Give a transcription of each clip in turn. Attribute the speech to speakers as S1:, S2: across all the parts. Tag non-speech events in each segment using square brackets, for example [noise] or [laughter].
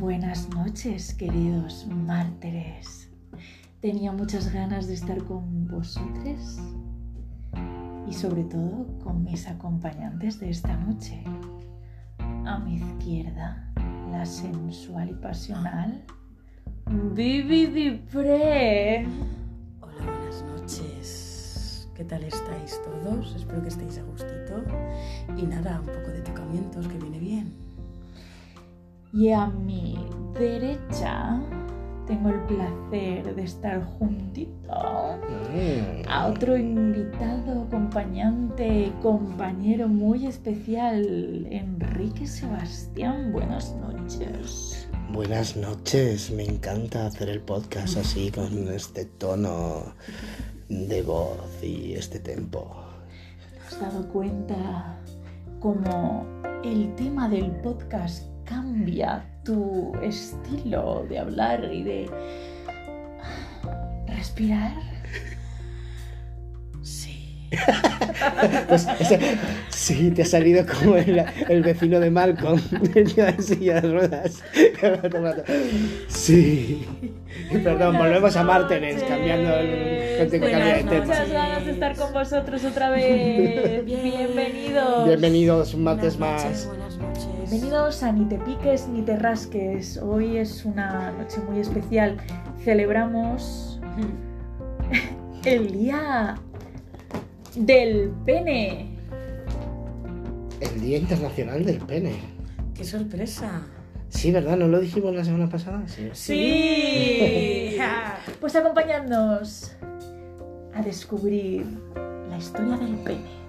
S1: Buenas noches, queridos mártires. Tenía muchas ganas de estar con vosotros y sobre todo con mis acompañantes de esta noche. A mi izquierda, la sensual y pasional Vivi Dipre.
S2: Hola, buenas noches. ¿Qué tal estáis todos? Espero que estéis a gustito. Y nada, un poco de tocamientos que viene bien.
S1: Y a mi derecha tengo el placer de estar juntito a otro invitado, acompañante, compañero muy especial, Enrique Sebastián. Buenas noches.
S3: Buenas noches, me encanta hacer el podcast así con este tono de voz y este tempo.
S1: ¿Te has dado cuenta cómo el tema del podcast cambia tu estilo de hablar y de respirar?
S2: Sí.
S3: Pues, ese- sí, te ha salido como el, el vecino de Malcolm, [laughs] el tío en silla de ruedas. Sí. Perdón, volvemos a Mártenes, cambiando el contigo cambia de
S1: Buenas
S3: tema.
S1: Muchas ganas de estar con vosotros otra
S3: [laughs]
S1: vez. Bienvenidos.
S3: Bienvenidos un martes
S2: Buenas
S3: más.
S2: noches, buenas noches.
S1: Bienvenidos a Ni te piques ni te rasques. Hoy es una noche muy especial. Celebramos el día del pene.
S3: El Día Internacional del Pene.
S2: ¡Qué sorpresa!
S3: Sí, ¿verdad? ¿No lo dijimos la semana pasada? Sí.
S1: Sí. Pues acompañadnos a descubrir la historia del pene.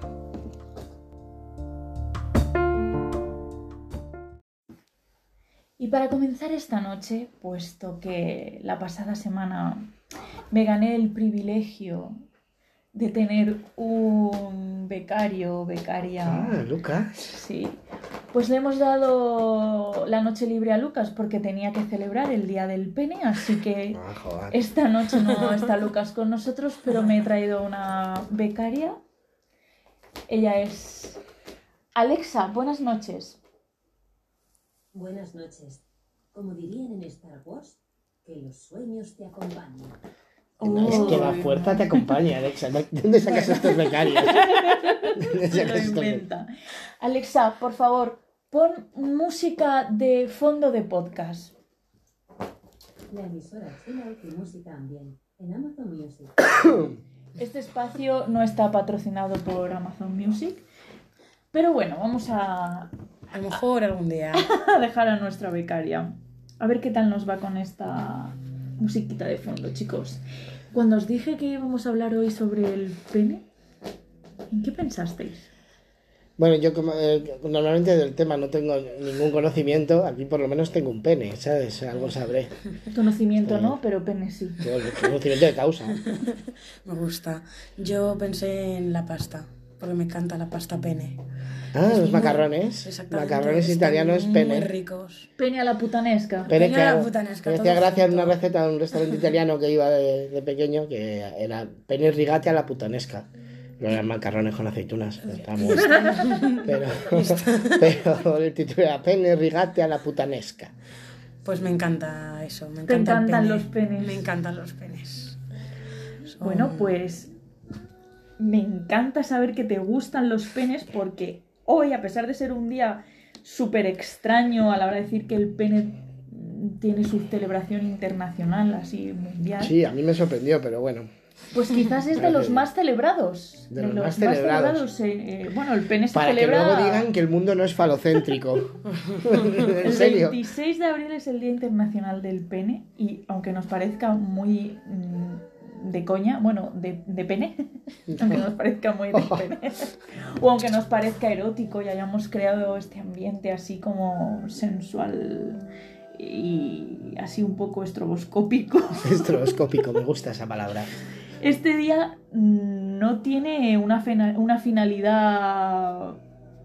S1: Y para comenzar esta noche, puesto que la pasada semana me gané el privilegio de tener un becario o becaria
S3: Ah, Lucas.
S1: Sí. Pues le hemos dado la noche libre a Lucas porque tenía que celebrar el día del pene, así que
S3: Ah, joder.
S1: esta noche no está Lucas con nosotros, pero me he traído una becaria. Ella es Alexa, buenas noches.
S4: Buenas noches. Como dirían en Star Wars, que los sueños te acompañen.
S3: No, es que la fuerza te acompaña, Alexa.
S2: [laughs]
S3: ¿De dónde sacas estos becarios? ¿De dónde
S1: Se [laughs]
S3: sacas
S1: lo
S3: estos becarios?
S1: inventa. Alexa, por favor, pon música de fondo de podcast.
S4: La emisora china y tu música ambient en Amazon Music.
S1: Este espacio no está patrocinado por Amazon Music, pero bueno, vamos a,
S2: A lo mejor algún día.
S1: a dejar a nuestra becaria. A ver qué tal nos va con esta musiquita de fondo, chicos. Cuando os dije que íbamos a hablar hoy sobre el pene, ¿en qué pensasteis?
S3: Bueno, yo como, eh, normalmente del tema no tengo ningún conocimiento. Aquí por lo menos tengo un pene, ¿sabes? Algo sabré.
S1: Conocimiento no, pero pene sí.
S3: Tengo el conocimiento de causa.
S2: Me gusta. Yo pensé en la pasta, porque me encanta la pasta pene.
S3: Ah,
S2: Es
S3: los
S2: muy-
S3: macarrones.
S2: Exactamente,
S3: Macarrones
S2: están
S3: italianos,
S2: Muy
S3: pene.
S2: ricos.
S1: Pene a la putanesca.
S3: Pene
S2: Pene
S3: que
S2: a la
S3: hago-
S2: putanesca,
S3: me
S2: todo
S3: hacía gracia en
S2: junto.
S3: una receta de un restaurante italiano que iba de, de pequeño, que era pene rigate a la putanesca. No eran macarrones con aceitunas. Está muy- Pero, pero el título era pene rigate a la putanesca.
S2: Pues me encanta eso. Me
S1: Te
S2: encanta el
S1: encantan
S2: pene.
S1: los penes.
S2: Me encantan los penes. Son-
S1: Bueno, pues me encanta saber que te gustan los penes porque hoy, a pesar de ser un día súper extraño a la hora de decir que el pene mm, tiene su celebración internacional, así mundial,
S3: Sí, a mí me sorprendió, pero bueno.
S1: Pues quizás es de los más celebrados.
S3: De los más celebrados.
S1: eh, eh, bueno, el pene se
S3: Para que
S1: celebra.
S3: luego digan que el mundo no es falocéntrico. en
S1: El
S3: serio.
S1: 26 de abril es el Día Internacional del Pene y aunque nos parezca muy mm, de coña, bueno, de, de pene, [laughs] aunque
S3: [laughs]
S1: nos parezca muy de pene, [laughs] o aunque nos parezca erótico y hayamos creado este ambiente así como sensual y así un poco estroboscópico.
S3: Estroboscópico, me gusta esa palabra.
S1: Este día mm, no tiene una, fena- una finalidad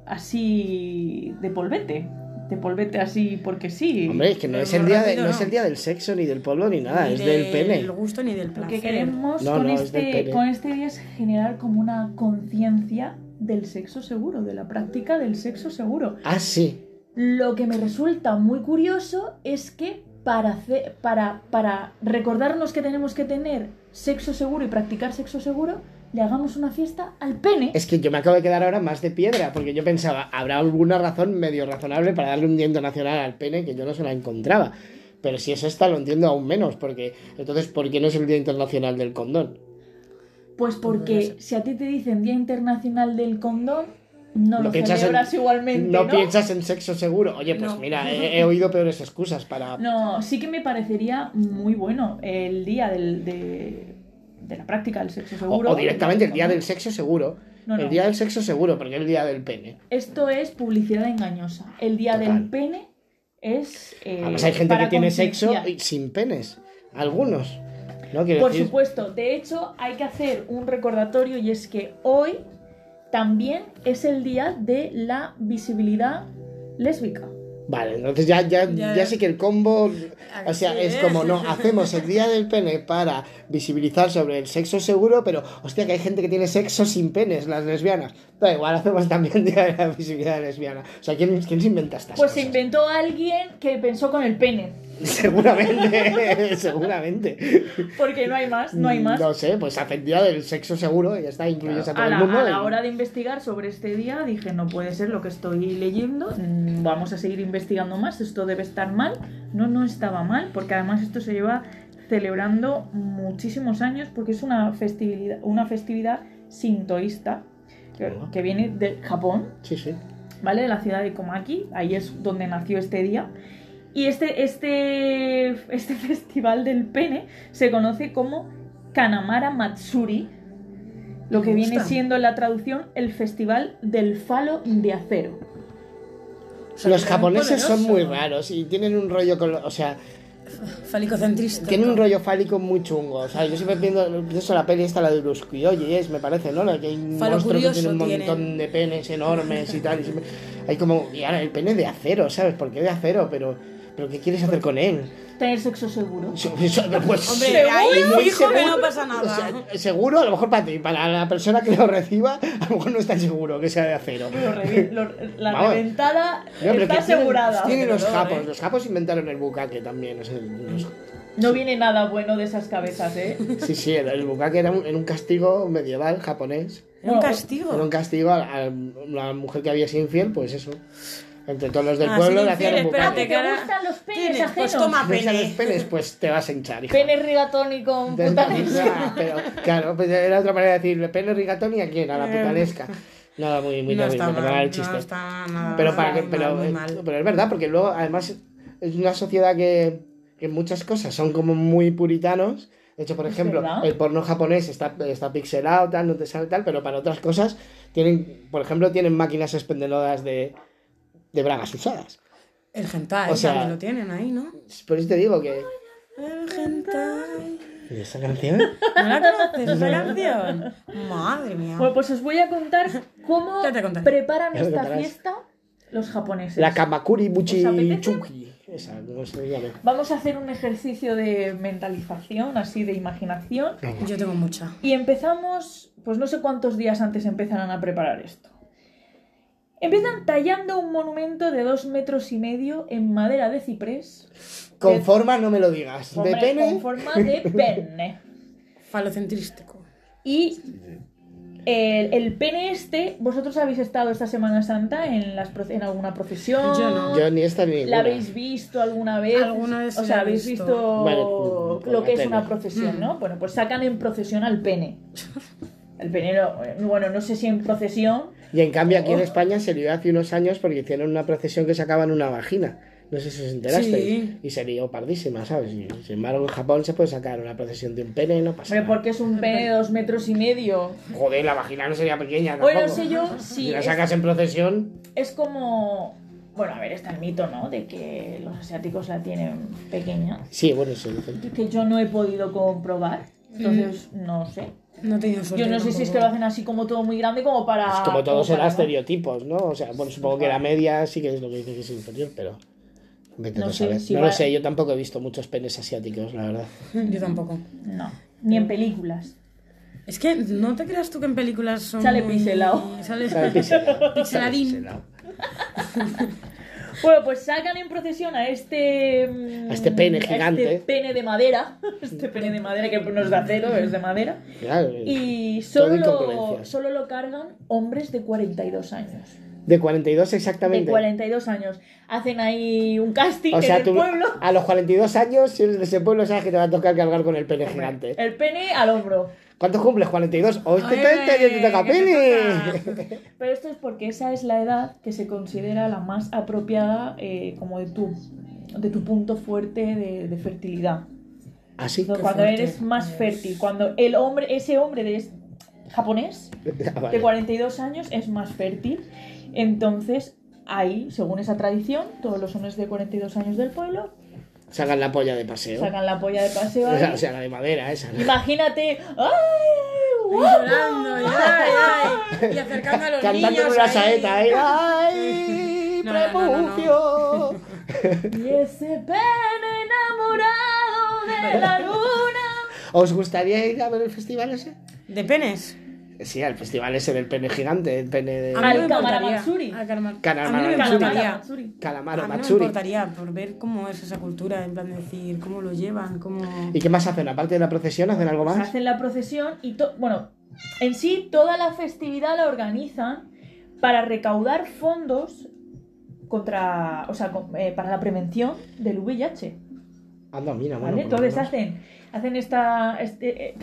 S1: así de polvete. De polvete así porque sí.
S3: Hombre, es que no
S2: Pero
S3: es el
S2: no
S3: día, de-
S2: rápido,
S3: no es
S2: no.
S3: el día del sexo, ni del pueblo, ni nada,
S2: Ni
S3: es del
S2: Del
S3: pene.
S2: gusto ni del
S1: Lo
S2: placer.
S1: que queremos
S3: No,
S1: con,
S3: no, es del
S1: este,
S3: pene.
S1: con este día es generar como una conciencia del sexo seguro, de la práctica del sexo seguro.
S3: Ah, sí.
S1: Lo que me resulta muy curioso es que para, hace- para, para recordarnos que tenemos que tener sexo seguro y practicar sexo seguro, le hagamos una fiesta al pene.
S3: Es que yo me acabo de quedar ahora más de piedra, porque yo pensaba, habrá alguna razón medio razonable para darle un diente nacional al pene que yo no se la encontraba. Pero si es esta, lo entiendo aún menos, porque entonces, ¿por qué no es el Día Internacional del Condón?
S1: Pues porque si a ti te dicen Día Internacional del Condón, no
S3: Lo
S1: lo,
S3: piensas en-
S1: celebras igualmente,
S3: No,
S1: ¿no?
S3: piensas en sexo seguro. Oye, pues
S2: No.
S3: mira,
S1: [laughs]
S3: he, he oído peores excusas para...
S1: No, sí que me parecería muy bueno el día del- de, de la práctica del sexo
S3: o,
S1: seguro.
S3: o directamente el Día del Sexo Seguro.
S1: No, no.
S3: El Día del Sexo Seguro, porque es el Día del Pene.
S1: Esto es publicidad engañosa. El día
S3: Total.
S1: del pene es. eh,
S3: Además, hay gente que
S1: para
S3: tiene sexo
S1: concienciar.
S3: y- sin penes. Algunos. ¿No? Quiero
S1: Por
S3: decir-
S1: supuesto, de hecho, hay que hacer un recordatorio y es que hoy también es el día de la visibilidad lésbica.
S3: Vale, entonces ya, ya,
S2: Ya.
S3: ya sé que el combo. O sea,
S2: Así
S3: es
S2: es.
S1: [laughs]
S3: como no, hacemos el día del pene para visibilizar sobre el sexo seguro, pero hostia, que hay gente que tiene sexo sin penes, las lesbianas. Da igual, hacemos también día de la visibilidad lesbiana. O sea, ¿quién, quién se inventa estas
S1: Pues se
S3: cosas?
S1: inventó alguien que pensó con el pene,
S3: [laughs] Seguramente, [laughs] seguramente.
S1: porque no hay más, no hay más.
S3: No sé, pues hace el día del sexo seguro y ya está, incluyes a todo
S1: a, la,
S3: el mundo.
S1: a
S3: y-
S1: la hora de investigar sobre este día dije, no puede ser lo que estoy leyendo, mm, vamos a seguir investigando más, esto debe estar mal. No, no estaba mal, porque además esto se lleva celebrando muchísimos años porque es una festividad, una festividad sintoísta que,
S3: Ujú.
S1: que viene de Japón,
S3: Sí, sí.
S1: ¿vale? De la ciudad de Komaki, ahí es donde nació este día. Y este, este, [laughs] este festival del pene se conoce como Kanamara Matsuri, lo que
S2: Me
S1: viene
S2: gusta.
S1: siendo en la traducción el festival del falo de acero.
S2: O sea,
S3: Los
S2: que era
S3: japoneses son muy
S2: poderoso.
S3: raros y tienen un rollo con. lo- O sea,
S2: Falicocentrista.
S3: Tiene un rollo fálico muy chungo. O sea, yo siempre pienso, pienso la peli esta, la de Uruskuyoye, es, me parece, ¿no? La que hay un
S2: Falo
S3: monstruo que tiene un
S2: curioso
S3: montón
S2: tienen.
S3: de penes enormes y tal. y siempre- hay como, y ahora el pene de acero, ¿sabes? ¿Por qué de acero? Pero, pero ¿qué quieres hacer con él?
S1: Tener sexo seguro.
S3: Eso- eso- [laughs] pues,
S2: Hombre,
S3: se-
S2: ahí
S3: muy
S2: fijo que
S3: seguro.
S2: no pasa nada.
S3: o sea, seguro, a lo mejor para ti, para la persona que lo reciba, a lo mejor no está seguro que sea de acero.
S1: Lo
S2: [laughs]
S1: revi- lo- la
S3: Vamos.
S1: reventada
S3: No, pero
S1: está
S3: que tienen-
S1: asegurada.
S3: Tienen, los
S2: Pero,
S3: japos,
S2: ¿eh?
S3: los japos inventaron el bucaque también. o sea, los-
S1: No viene nada bueno de esas cabezas, ¿eh?
S3: sí, sí, el, el bucaque era un- era un castigo medieval japonés.
S2: Era un
S1: No,
S2: castigo.
S3: Era un castigo a, a la mujer que había sido infiel, pues eso. Entre todos los del
S2: Ah,
S3: pueblo
S2: sí,
S3: le hacían
S2: infiel,
S3: un
S1: Ah,
S3: bucaque.
S1: que te
S2: espérate. cara-
S1: gustan los penes
S2: Tienes, pues
S1: ajenos.
S2: toma
S3: Ves a los
S2: pene.
S3: penes, pues te vas a hinchar, hija.
S1: Pene rigatón y con
S3: Entonces,
S1: putanesca.
S3: ah, pero, claro, pues era otra manera de decirle pene rigatón y a quién, a la
S2: Eh.
S3: putanesca. Nada, muy, muy
S2: no
S3: terrible,
S2: está
S3: perdonad
S2: mal,
S3: el chiste.
S2: no está nada
S1: Ah,
S3: pero, para que,
S2: mal,
S3: pero,
S2: muy
S3: eh,
S2: mal.
S3: pero es verdad, porque luego, además, es una sociedad que, que en muchas cosas son como muy puritanos. De hecho, por
S1: Es
S3: ejemplo,
S1: verdad.
S3: el porno japonés está, está pixelado, tal, no te sale tal, pero para otras cosas tienen, por ejemplo, tienen máquinas expendedoras de, de bragas usadas.
S2: El hentai
S3: o sea-
S2: también lo tienen ahí, ¿no?
S3: Por eso te digo que...
S2: El hentai.
S3: ¿Y esa canción?
S2: ¿No la conoces
S3: [laughs]
S2: esa canción? Madre mía.
S1: Bueno, pues os voy a contar cómo
S2: Ya te contaré.
S1: preparan
S3: Ya lo
S1: esta
S3: contarás.
S1: fiesta los japoneses.
S3: La Kamakuri
S1: ¿Os apetece?
S3: Buchichuki. Esa, no sé, dígame.
S1: Vamos a hacer un ejercicio de mentalización, así de imaginación.
S2: Yo tengo mucha.
S1: Y empezamos, pues no sé cuántos días antes empezaron a preparar esto. Empiezan tallando un monumento de dos metros y medio en madera de ciprés.
S3: Con forma no me lo digas. De
S1: hombre, Con
S3: pene...
S1: forma
S3: [laughs]
S1: de pene.
S2: Falocentrístico.
S1: Y el, el pene este, vosotros habéis estado esta Semana Santa en, las, proce- en alguna profesión.
S2: Yo no.
S3: Yo ni esta ni
S1: ¿La
S3: ninguna.
S1: habéis visto alguna vez?
S2: Alguna vez
S1: O
S2: sí
S1: sea,
S2: la he
S1: habéis visto,
S2: visto.
S3: Vale, pues, por
S1: lo
S3: la
S1: que es
S3: tele.
S1: una procesión,
S2: Mm.
S1: ¿no? Bueno, pues sacan en procesión al
S2: [laughs]
S1: pene. El pene, no- eh, bueno, no sé si en procesión.
S3: Y en cambio aquí en
S1: Oh.
S3: España se lió hace unos años porque hicieron una procesión que sacaba en una vagina. No sé si os enterasteis.
S2: Sí.
S3: Y se lió pardísima, ¿sabes? Y, sin embargo, en Japón se puede sacar una procesión de un pene y no pasa
S1: Hombre,
S3: nada.
S1: porque es un pene de dos metros y medio.
S3: Joder, la vagina no sería pequeña tampoco.
S1: Bueno, sé yo, sí.
S3: Si la
S1: es-
S3: sacas en procesión,
S1: es como. Bueno, a ver, está el mito, ¿no? De que los asiáticos la tienen pequeña.
S3: sí, bueno, sí. lo hacen.
S1: que yo no he podido comprobar. Entonces, no sé.
S2: Mm. No he tenido suerte.
S1: Yo no sé si es que lo hacen así como todo muy grande, como para.
S3: Es como todos
S1: para-
S3: eran estereotipos, ¿no? O sea, bueno, supongo que la media sí que es lo que dice que es inferior, pero... Vete
S1: No
S3: tú a
S1: sé
S3: saber.
S1: si
S3: no
S1: va-
S3: lo sé, yo tampoco he visto muchos penes asiáticos, la
S1: [laughs]
S3: verdad.
S2: Yo tampoco.
S1: No, ni
S2: Mm.
S1: en películas.
S2: Es que no te creas tú que en películas son.
S1: Sale
S2: muy-
S1: pixelado.
S2: Sale
S3: Sale pixelado, sale
S2: pixeladín.
S3: pixelado.
S1: Bueno, pues sacan en procesión a este. mm,
S3: A este pene
S1: a este
S3: gigante.
S1: pene de madera. [laughs] Este pene de madera que no es de acero, es de madera.
S3: Claro, eh.
S1: Y
S3: Todo
S1: solo
S3: en
S1: lo,
S3: congruencia.
S1: solo lo cargan hombres de 42 años.
S3: De 42
S1: De
S3: exactamente.
S1: 42 años. Hacen ahí un casting
S3: O sea,
S1: en el
S3: tú
S1: pueblo.
S3: a los 42 años, si eres de ese pueblo, sabes que te va a tocar cargar con el pene gigante.
S1: El pene al hombro.
S3: ¿Cuántos cumples? 42. O este
S1: ¡Ole!
S3: tente y te toca
S1: ¡Que te
S3: pene.
S1: toca! Pero esto es porque esa es la edad que se considera la más apropiada eh, como de tu, de tu punto fuerte de, de fertilidad.
S3: [laughs] Así.
S1: Entonces,
S2: qué
S1: cuando
S2: fuerte.
S1: eres más
S2: Yes.
S1: fértil, cuando el hombre, ese hombre de es- japonés
S3: [laughs] Ah,
S1: de
S3: vale.
S1: 42 años es más fértil, entonces ahí, según esa tradición, todos los hombres de 42 años del pueblo
S3: Sacan la polla de paseo.
S1: sacan la polla de paseo.
S3: O sea,
S1: ahí.
S3: o sea, la de madera esa. ¿no?
S1: Imagínate, ¡ay!
S2: Y
S1: guau!
S2: llorando, y, ay,
S3: [laughs]
S2: ay, y acercando a los
S3: Cantando
S2: niños.
S3: con una
S2: ahí. [laughs]
S3: saeta, ¿eh? ¡Ay!
S2: No, no, no, no,
S3: ¡Prepucio!
S1: Y ese pene enamorado de la luna.
S3: ¿Os gustaría ir a ver el festival ese?
S2: ¿De penes?
S3: Sí, al festival ese del pene gigante, el pene de.
S2: A mí no
S1: Al
S2: me
S1: Cámara
S2: importaría.
S1: Matsuri.
S2: Al Cámara-
S3: Eh, Cámara
S2: a mí no me
S3: Matsuri.
S2: importaría.
S3: Calamaro,
S2: a mí no me
S3: Matsuri.
S2: importaría por ver cómo es esa cultura, en plan de decir, cómo lo llevan, cómo...
S3: ¿Y qué más hacen? Aparte de la procesión, ¿hacen algo más?
S1: Pues Hacen la procesión y to- bueno, en sí toda la festividad la organizan para recaudar fondos contra, o sea, con- eh, para la prevención del VIH.
S3: Anda, mira, Ah,
S1: ¿Vale?
S3: bueno. pues por lo
S1: Entonces
S3: menos.
S1: hacen, hacen esta, este, eh,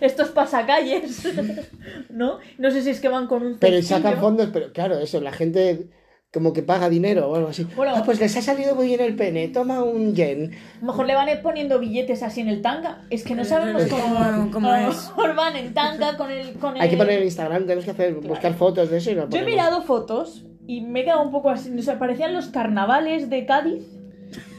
S1: estos pasacalles, [laughs] ¿no? No sé si es que van con un
S3: Pero y
S1: cestillo.
S3: sacan fondos, pero claro, eso, la gente como que paga dinero o algo así.
S1: Bueno.
S3: ah, pues les ha salido muy bien el pene, toma un yen.
S1: A lo mejor le van poniendo billetes así en el tanga. Es
S2: Eh,
S1: que no
S3: [laughs]
S1: sabemos cómo,
S2: Cómo- cómo
S1: a lo
S2: es.
S1: mejor van en tanga con el... Con
S3: Hay que
S1: el-
S3: poner en Instagram, tenemos que hacer, buscar fotos de eso y no
S1: Eh, Yo he mirado fotos y me he quedado un poco así. Nos parecían los carnavales de Cádiz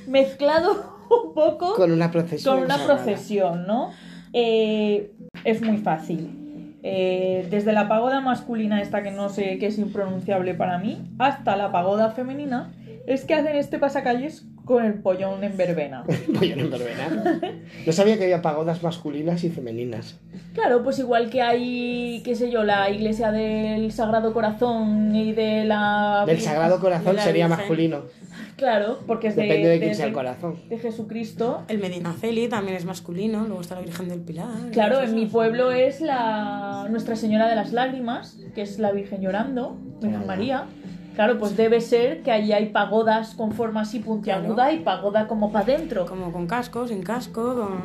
S1: mezclado [laughs] un poco con,
S3: Con una procesión.
S1: una
S3: sagrada.
S1: procesión, ¿no? Eh, es muy fácil. Eh, desde la pagoda masculina, esta que no sé, que es impronunciable para mí, hasta la pagoda femenina, es que hacen este pasacalles con el pollón en
S3: [laughs]
S1: verbena.
S3: Pollo en verbena. No sabía que había pagodas masculinas y femeninas.
S1: Claro, pues igual que hay, qué sé yo, la iglesia del Sagrado Corazón y de la...
S3: Del Sagrado Corazón
S2: la
S3: sería
S2: Virgen.
S3: masculino.
S1: Claro, porque es de,
S3: Depende de quién sea el corazón.
S1: de Jesucristo.
S2: El Medinaceli también es masculino, luego está la Virgen del Pilar.
S1: Claro,
S2: esas
S1: en mi
S2: cosas.
S1: pueblo es la Nuestra Señora de las Lágrimas, que es la Virgen llorando, Virgen
S3: Ah.
S1: María. Claro, pues debe ser que allí hay pagodas con forma así puntiaguda y pagoda como para adentro.
S2: Como con casco, sin casco,
S3: [laughs]
S2: con...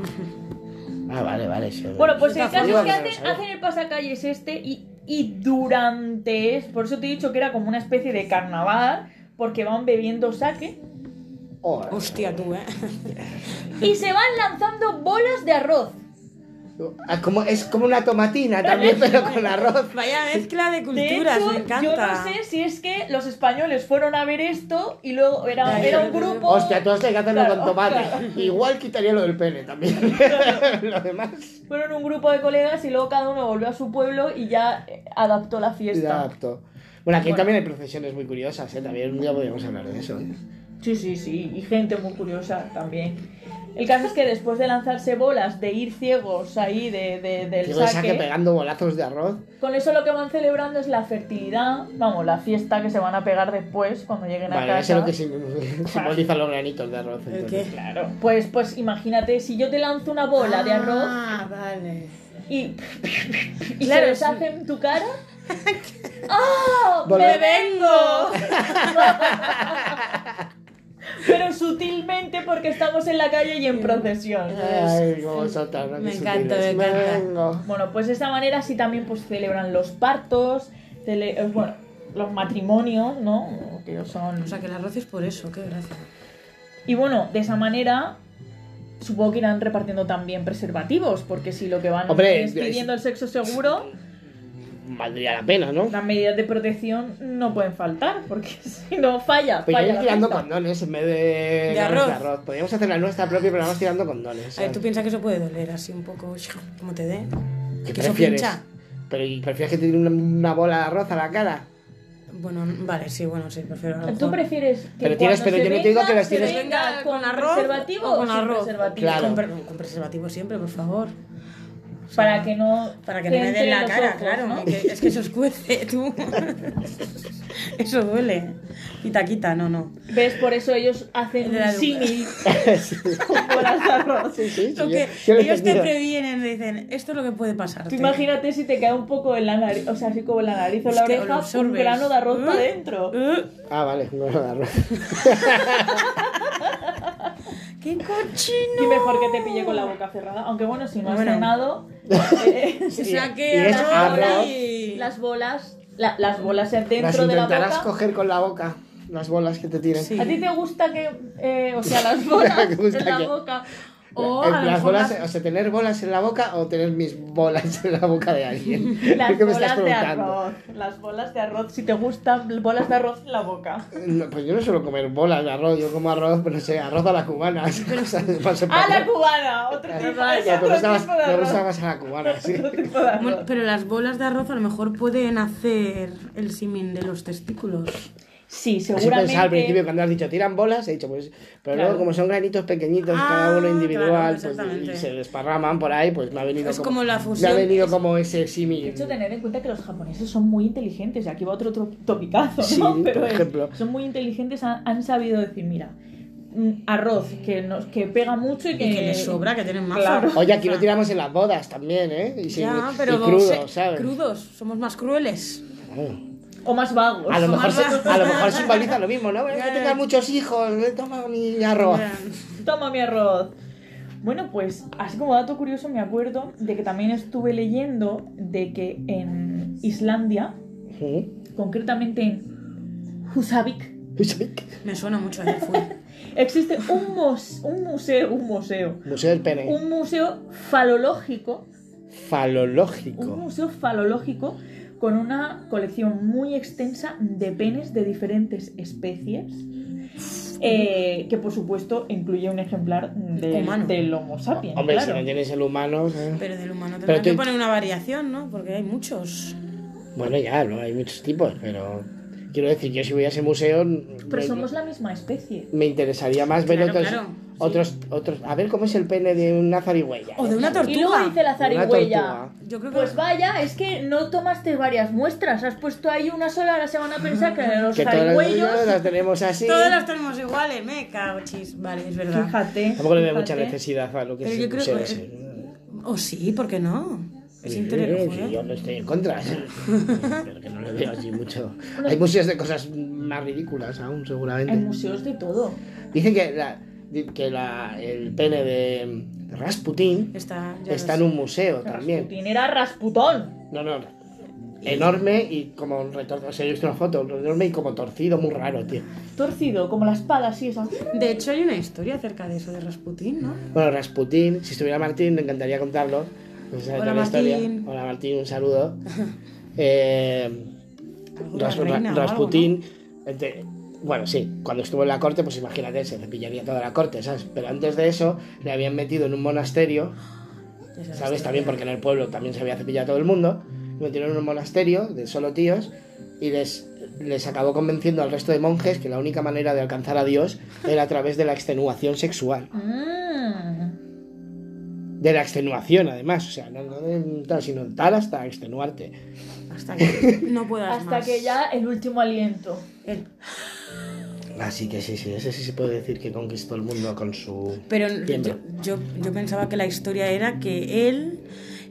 S3: Ah, vale, vale. sí.
S1: Bueno, pues el
S2: Está
S1: caso es que
S3: jodido, pero
S1: hacen,
S3: no sé.
S1: hacen el pasacalles este y, y durante... es- Por eso te he dicho que era como una especie de carnaval, porque van bebiendo saque
S3: Oh, eh.
S2: Hostia tú,
S3: [laughs]
S2: ¿eh?
S1: y se van lanzando bolas de arroz.
S3: Ah, como, es como una tomatina también,
S1: [laughs]
S3: pero con arroz.
S2: Vaya mezcla de
S1: De
S2: culturas,
S1: hecho,
S2: me encanta.
S1: Yo no sé si es que los españoles fueron a ver esto y luego era,
S2: Ya,
S1: era
S2: ya,
S1: un
S2: ya.
S1: grupo.
S3: Hostia, tú hay que hacerlo
S1: Claro,
S3: con tomate.
S1: claro.
S3: Igual quitaría lo del pene también.
S1: [laughs]
S3: lo demás.
S1: Fueron un grupo de colegas y luego cada uno volvió a su pueblo y ya eh, adaptó la
S3: Ya,
S1: fiesta.
S3: apto. Bueno, aquí
S1: Bueno.
S3: también hay procesiones muy curiosas, ¿eh? También un día podríamos hablar de eso. ¿eh?
S1: Sí, sí, sí. Y gente muy curiosa también. El caso es que después de lanzarse bolas, de ir ciegos ahí de, de- del
S3: Digo, el saque
S1: saque,
S3: pegando bolazos de arroz.
S1: con eso lo que van celebrando es la fertilidad, vamos, la fiesta que se van a pegar después cuando lleguen a
S3: Vale,
S1: casa.
S3: eso es lo que sim- simboliza los granitos de arroz.
S2: ¿El
S3: entonces.
S2: qué?
S1: Claro. Pues, pues imagínate, si yo te lanzo una bola de arroz,
S2: Ah, vale.
S1: y, [laughs] y
S2: Claro,
S1: se
S2: sí.
S1: deshace en tu
S2: [laughs]
S1: cara. ¡Ah!
S3: Volve-
S1: ¡Me vengo! [laughs] Pero sutilmente porque estamos en la calle y en procesión.
S3: Ay, cómo son tan
S2: Me
S3: sutiles.
S2: encanta, me encanta.
S3: Vengo.
S1: Bueno, pues de esta manera sí también pues celebran los partos, cele- eh, bueno, los matrimonios, ¿no? Que ellos son...
S2: O sea, que el arroz es por eso, qué gracia.
S1: Y bueno, de esa manera supongo que irán repartiendo también preservativos, porque si lo que van
S3: Hombre,
S1: es
S3: es-
S1: pidiendo el sexo seguro...
S3: Valdría la pena, ¿no?
S1: Las medidas de protección no pueden faltar, porque [laughs] si no falla,
S3: Pues
S1: falla
S3: yo
S1: la
S3: tirando
S1: fiesta.
S3: condones en vez de,
S2: arroz.
S3: de arroz. Podríamos hacer la nuestra propia, pero vamos tirando condones.
S2: A ver, tú piensas que eso puede doler así un poco, [laughs] como te dé.
S3: ¿Qué
S2: que eso
S3: prefieres?
S2: pincha.
S3: Pero ¿y prefieres que te tire una, una bola de arroz a la cara?
S2: Bueno, vale, sí, bueno, sí, prefiero a lo
S1: ¿Tú
S2: mejor.
S1: prefieres que
S3: Pero tienes-
S1: cuando
S3: pero
S1: se
S3: yo no te digo
S1: venga,
S3: que las
S1: se
S3: tienes-
S1: venga con,
S2: ¿Con arroz
S1: preservativo
S2: o con
S1: sin
S2: arroz?
S1: preservativo?
S3: Claro.
S2: Con, pre- con preservativo siempre, por favor. O sea,
S1: Para que no
S2: Para que
S1: te
S2: no me
S1: entren
S2: den la
S1: los
S2: cara,
S1: ojos,
S2: claro. [laughs]
S1: ¿no?
S2: que- es que eso escuece, tú. eso duele. Quita, quita, no, no.
S1: ¿Ves? Por eso ellos hacen
S2: De la
S1: un
S2: luna. [laughs]
S1: símil
S3: Sí,
S1: con bolas de arroz.
S3: sí, sí,
S2: Lo
S3: yo-
S2: que
S3: yo lo he
S2: ellos te
S3: entendido.
S2: previenen, dicen, esto es lo que puede pasar.
S1: Tú imagínate si te cae un poco en la nariz, o sea, así como en la nariz o en la
S2: Es que lo
S1: oreja, un
S2: absorbes.
S1: grano de arroz
S2: Uh.
S1: para adentro.
S3: Ah, vale, no, no, no.
S2: ¡Qué
S1: Y
S2: cochino!
S1: mejor que te pille con la boca cerrada. Aunque bueno, si no has
S2: Bueno.
S3: [laughs]
S1: cenado, eh,
S2: O sea que
S3: Y es
S2: ahora
S3: arroz.
S2: ahí-
S1: las bolas, la- las bolas dentro
S3: Las
S1: de la
S3: intentarás
S1: boca.
S3: coger con la boca, las bolas que te tiren.
S2: Sí.
S1: ¿A ti te gusta que, eh, o sea,
S3: [laughs]
S1: las bolas
S3: Me gusta
S1: en la
S3: que- [laughs]
S1: boca? O
S3: Eh,
S1: a lo
S3: las
S1: mejor
S3: bolas,
S1: las,
S3: o sea, tener bolas en la boca o tener mis bolas en la boca
S1: [laughs]
S3: de alguien.
S1: las
S3: ¿Qué me
S1: bolas
S3: estás
S1: de
S3: preguntando?
S1: arroz. Las bolas de arroz, si te gustan bolas de arroz en la boca.
S3: No, pues yo no suelo comer bolas de arroz, yo como arroz, pero no sé, arroz a la cubana. [laughs] o sea, más
S1: ¡Ah, la
S3: separado.
S1: cubana! Otro tipo, es
S3: Ya,
S1: otro
S3: me gusta más-
S1: tipo de
S3: me
S1: arroz.
S3: gusta más a la cubana,
S1: [laughs]
S3: sí.
S1: Otro tipo de
S2: Bueno,
S1: arroz.
S2: pero las bolas de arroz a lo mejor pueden hacer el simin de los testículos.
S1: Sí,
S3: Así
S1: seguramente.
S3: pensaba al principio cuando has dicho tiran bolas, he dicho pues. Pero
S1: Claro.
S3: luego, como son granitos pequeñitos,
S2: Ah,
S3: cada uno
S2: claro,
S3: individual, pues, y-
S2: exactamente.
S3: y se desparraman por ahí, pues me ha venido
S2: Es como la
S3: Me
S2: fusión.
S3: ha venido como ese símil.
S1: De hecho, tener en cuenta que los japoneses son muy inteligentes, y aquí va otro tro- topicazo, ¿no?
S3: Sí, por
S1: Pero es-
S3: ejemplo.
S1: son muy inteligentes, han, han sabido decir, mira, mm, arroz que, nos, que pega mucho y que,
S2: Y que les sobra, que tienen más
S1: Eh, Claro.
S2: arroz.
S3: Oye, aquí lo tiramos en las bodas también, ¿eh? Y, sin-
S2: Ya,
S3: y
S2: pero
S3: crudo,
S2: se-
S3: ¿sabes?
S2: crudos, somos más crueles.
S1: O más vagos.
S3: A lo,
S2: Son
S3: mejor
S2: más
S3: se-
S2: baratos.
S3: a lo mejor simboliza lo mismo, ¿no? Voy a
S2: [laughs] Ya.
S3: tener muchos hijos, eh, toma mi arroz.
S2: Ya.
S1: Toma mi arroz. Bueno, pues así como dato curioso me acuerdo de que también estuve leyendo de que en Islandia,
S3: Ujú.
S1: concretamente en Husavik,
S2: Me suena mucho ayer fui.
S1: existe un, mos- un museo, un museo,
S3: [laughs] Museo del pene.
S1: un museo falológico un
S3: Falológico.
S1: museo falológico con una colección muy extensa de penes de diferentes especies, eh, que por supuesto incluye un ejemplar de-
S2: Humano.
S1: del Homo sapiens.
S3: Hombre,
S1: claro.
S3: si no tienes el humano. ¿eh?
S2: Pero del humano tendrán
S3: tú-
S2: que poner una variación, ¿no? Porque hay muchos.
S3: Bueno, ya, ¿no? Hay muchos tipos, pero. Quiero decir, yo si voy a ese museo.
S1: Pero
S3: me-
S1: somos la misma especie.
S3: Me interesaría más ver
S2: Claro,
S3: otros,
S2: claro,
S3: otros, otros. A ver cómo es el pene de un nazarigüeya.
S2: O de una
S1: Y luego dice
S2: tortuga.
S1: la
S3: De una
S1: zarigüeya.
S3: tortuga.
S2: Yo creo que
S1: Pues vaya, es que no tomaste varias muestras, has puesto ahí una sola, ahora se van a pensar que los
S3: Que todas las,
S1: zarigüeyos...
S3: las tenemos así.
S2: todos los tenemos iguales, me cago chis. Vale, es verdad.
S1: Fíjate.
S3: Tampoco le veo mucha
S1: fíjate.
S3: necesidad a lo que
S2: Pero
S3: es
S2: yo
S3: el
S2: creo
S3: museo
S2: que-
S3: ese.
S2: O Oh, sí, ¿por qué no? Es ¿eh?
S3: Sí,
S2: interesante.
S3: sí, yo no estoy en contra. ¿eh?
S2: [laughs]
S3: pero que no le veo así mucho. Hay museos de cosas más ridículas aún, seguramente.
S1: Hay museos de todo.
S3: Dicen que, la, que la, el pene de Rasputin
S2: Está, ya
S3: está en
S2: ves.
S3: un museo también.
S1: Rasputín era Rasputón.
S3: No, no. Enorme y como un retorno. O sea, yo he visto una foto, enorme y como torcido, muy raro, tío.
S1: Torcido, como la espada, así esa.
S2: De hecho, hay una historia acerca de eso de Rasputín, ¿no?
S3: Bueno, Rasputín, si estuviera Martín, me encantaría contarlo. No sé si sabe
S2: Hola,
S3: toda la historia.
S2: Martín.
S3: Hola Martín,
S2: [laughs]
S3: un saludo. Eh,
S2: Alguna
S3: Ras- Ra-
S2: reina o algo,
S3: Rasputín, ente- bueno, sí, cuando estuvo en la corte, pues imagínate, se cepillaría toda la corte, ¿sabes? Pero antes de eso, le habían metido en un monasterio,
S2: Ya sabes,
S3: ¿sabes? También porque en el pueblo también se había cepillado todo el mundo. Lo metieron en un monasterio de solo tíos y les, les acabó convenciendo al resto de monjes que la única manera de alcanzar a Dios era a través de la extenuación sexual.
S1: Mm.
S3: De la extenuación, además, o sea, no, no de tal, sino de tal hasta extenuarte.
S2: Hasta que no puedas
S1: Hasta
S2: más.
S1: que ya el último aliento.
S2: El-
S3: Así que sí, sí, ese sí se puede decir que conquistó el mundo con su.
S2: Pero yo,
S3: Miembro.
S2: yo, yo pensaba que la historia era que él,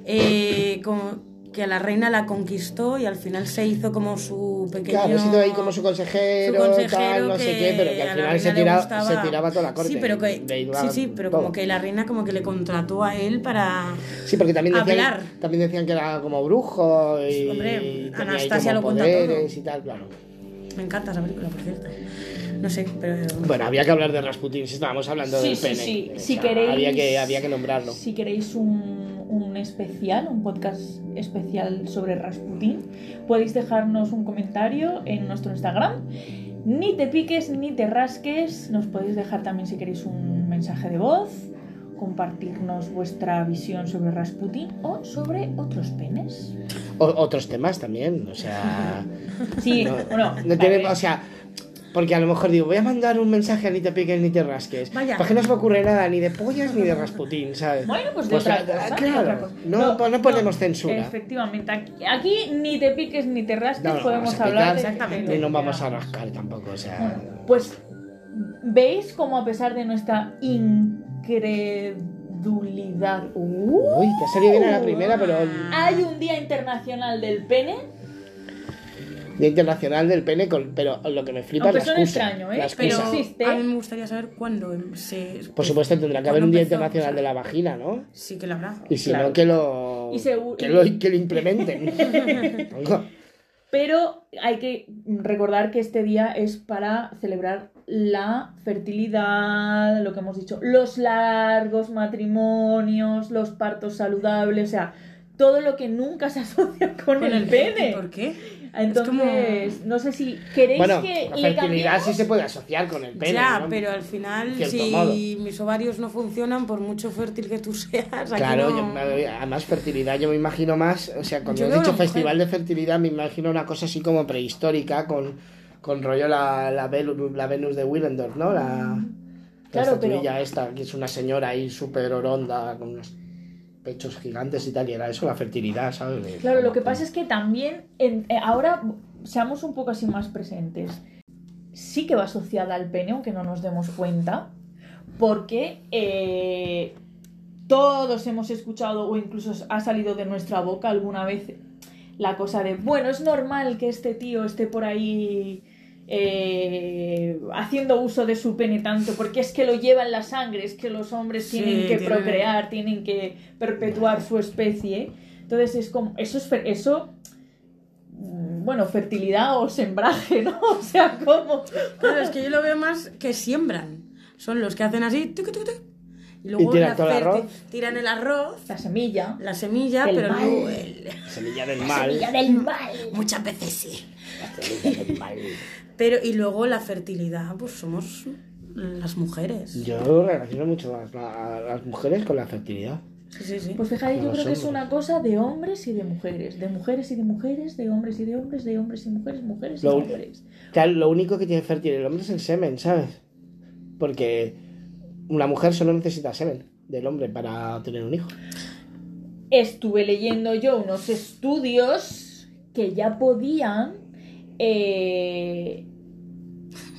S2: eh, como que a la reina la conquistó y al final se hizo como su pequeño...
S3: Claro, ha sido ahí como su consejero,
S2: su consejero
S3: tal, no
S2: que
S3: sé qué, pero que
S2: a la
S3: al final
S2: reina
S3: se,
S2: le
S3: tira-
S2: gustaba.
S3: se tiraba toda la corte.
S2: Sí, pero, que,
S3: Le iba
S2: sí, sí, pero
S3: todo.
S2: como que la reina como que le contrató a él para...
S3: Sí, porque también
S2: hablar.
S3: decían, también decían que era como brujo y.
S2: Hombre,
S3: y tenía ahí
S2: Anastasia
S3: como
S2: lo cuenta
S3: poderes
S2: todo.
S3: y tal, claro.
S2: Me encanta esa película, por cierto. No sé, pero...
S3: Bueno, había que hablar de Rasputin si estábamos hablando
S1: Sí,
S3: del
S1: sí,
S3: pene.
S1: sí.
S3: O
S1: Si
S3: sea,
S1: queréis-
S3: Había que, había que nombrarlo.
S1: Si queréis un, un especial, un podcast especial sobre Rasputín, podéis dejarnos un comentario en nuestro Instagram. Ni te piques ni te rasques. Nos podéis dejar también si queréis un mensaje de voz, compartirnos vuestra visión sobre Rasputín o sobre otros penes.
S3: O- otros temas también, o sea.
S1: [laughs] Sí,
S3: No,
S1: bueno,
S3: No
S1: vale.
S3: tiene, o sea, Porque a lo mejor digo, voy a mandar un mensaje a ni te piques ni te rasques.
S2: Vaya.
S3: Porque Pues no se me ocurre nada, ni de pollas ni de Rasputín, ¿sabes?
S1: Bueno, pues de
S3: Pues,
S1: otra
S3: ah,
S1: cosa,
S3: claro,
S1: de otra cosa.
S3: no- pues no ponemos censura.
S1: Efectivamente, aquí, aquí ni te piques ni te rasques,
S3: No, no
S1: podemos
S3: vamos a
S1: hablar de,
S3: picar,
S2: exactamente,
S1: de
S3: Y
S1: lo
S3: no
S1: que
S3: vamos a
S1: queramos.
S3: rascar tampoco, o sea.
S1: Bueno, pues veis como a pesar de nuestra incredulidad
S3: Uy, te ha salido bien a la primera, pero.
S1: hay un día internacional del pene,
S3: Día Internacional del Pene, con- pero lo que me flipa
S1: Aunque
S3: es la
S1: suene
S3: excusa.
S1: extraño, ¿eh?
S3: la
S2: Pero
S3: excusa.
S1: existe.
S2: a mí me gustaría saber cuándo em- se...
S3: Por supuesto, tendrá que haber
S2: cuándo
S3: un Día
S2: empezó,
S3: Internacional
S2: o
S3: de
S2: sea,
S3: la Vagina, ¿no?
S2: Sí, que la habrá.
S3: Y si
S1: Claro.
S3: no, que lo,
S1: Y seguro-
S3: que lo, que lo implementen.
S1: [laughs] pero hay que recordar que este día es para celebrar la fertilidad, lo que hemos dicho, los largos matrimonios, los partos saludables, o sea, todo lo que nunca se asocia [laughs] con, el, pene.
S2: ¿Por qué?
S1: Entonces, no sé si queréis
S3: bueno,
S1: que
S3: la
S1: le
S3: fertilidad
S1: cambiemos.
S3: sí se puede asociar con el pene.
S2: ya,
S3: ¿no?
S2: pero al final,
S3: Cierto
S2: si
S3: modo.
S2: mis ovarios no funcionan, por mucho fértil que tú seas, aquí
S3: Claro,
S2: no-
S3: yo me- además fertilidad, yo me imagino más, o sea, cuando
S2: Yo
S3: he
S2: veo
S3: dicho
S2: una mujer.
S3: festival de fertilidad, me imagino una cosa así como prehistórica, con, con rollo la, la, Velu- la Venus de Willendorf, ¿no? La, la
S1: Claro,
S3: estatuilla esta, que es una señora ahí súper oronda, con unos pechos gigantes y tal, y era eso, la fertilidad, ¿sabes? De-
S1: Claro, lo que pasa es que también en- eh, ahora seamos un poco así más presentes. Sí que va asociada al pene, aunque no nos demos cuenta, porque eh, todos hemos escuchado o incluso ha salido de nuestra boca alguna vez la cosa de, bueno, es normal que este tío esté por ahí eh, haciendo uso de su pene tanto, porque es que lo lleva en la sangre, es que los hombres
S2: Sí,
S1: tienen que
S2: tienen-
S1: procrear, tienen que perpetuar su especie. Entonces es como, eso es, fer- eso, mm, bueno, fertilidad o sembraje, ¿no? [laughs] O sea, como...
S2: Claro, es que yo lo veo más que siembran. Son los que hacen así, tuc, tuc, tuc, y luego
S3: tiran
S2: la
S3: todo el
S2: ferti-
S3: arroz.
S2: tiran el arroz,
S1: La semilla.
S2: la semilla,
S1: El
S2: pero
S1: mal.
S2: luego el-
S3: Semilla del mal.
S1: del mal.
S2: muchas veces sí.
S3: Semilla del mal.
S2: Pero y luego la fertilidad, pues somos las mujeres.
S3: Yo relaciono mucho más la- a las mujeres con la fertilidad.
S2: Sí, sí, sí.
S1: Pues fijáis, yo
S3: Los
S1: creo que es
S3: hombres.
S1: una cosa de hombres y de mujeres, de mujeres y de mujeres, de hombres y de hombres, de hombres y mujeres, mujeres y
S3: Lo-
S1: hombres.
S3: Claro, lo único que tiene fértil el hombre es el semen, ¿sabes? Porque una mujer solo necesita semen del hombre para tener un hijo.
S1: Estuve leyendo yo unos estudios que ya podían... eh,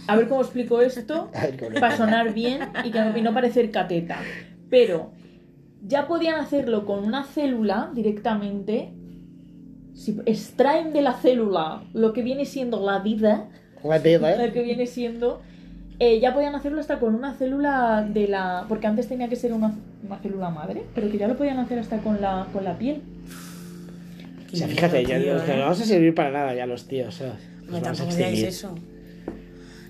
S1: A ver cómo explico esto.
S3: A ver, con-
S1: para sonar bien y que no- y no parecer cateta. Pero ya podían hacerlo con una célula directamente. Si extraen de la célula lo que viene siendo la vida,
S3: La teta, ¿eh?
S1: lo que viene siendo, eh, ya podían hacerlo hasta con una célula de la... Porque antes tenía que ser una, una célula madre, pero que ya lo podían hacer hasta con la, con la piel.
S3: O sea, fíjate, ya
S2: Tío,
S3: nos- no
S2: ¿eh?
S3: vamos a servir para nada ya los tíos, ¿sabes? Nos
S2: Hombre,
S3: vamos a
S2: tampoco digáis
S3: extinguir.
S2: eso.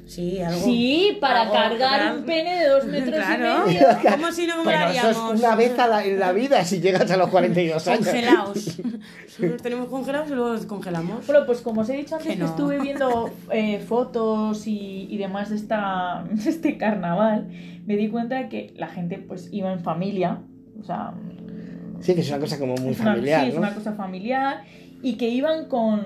S2: Sí, algo.
S1: Sí, para
S2: algo
S1: cargar
S2: gran-
S1: un pene de dos metros
S2: Claro. [laughs]
S1: y medio.
S2: ¿Cómo si no
S3: Bueno, eso es
S2: molaríamos?
S3: una vez a la- en la vida si llegas a los 42 años. [laughs]
S2: Congelados. Los tenemos congelados y luego los congelamos.
S1: Bueno, pues como os he dicho antes,
S2: Que
S1: que
S2: no.
S1: estuve viendo eh, fotos y, y demás de, esta, [laughs] de este carnaval, me di cuenta que la gente pues iba en familia, o sea,
S3: Sí, que es una cosa como muy
S1: es una-
S3: familiar,
S1: sí, es
S3: ¿no?
S1: una cosa familiar, y que iban con,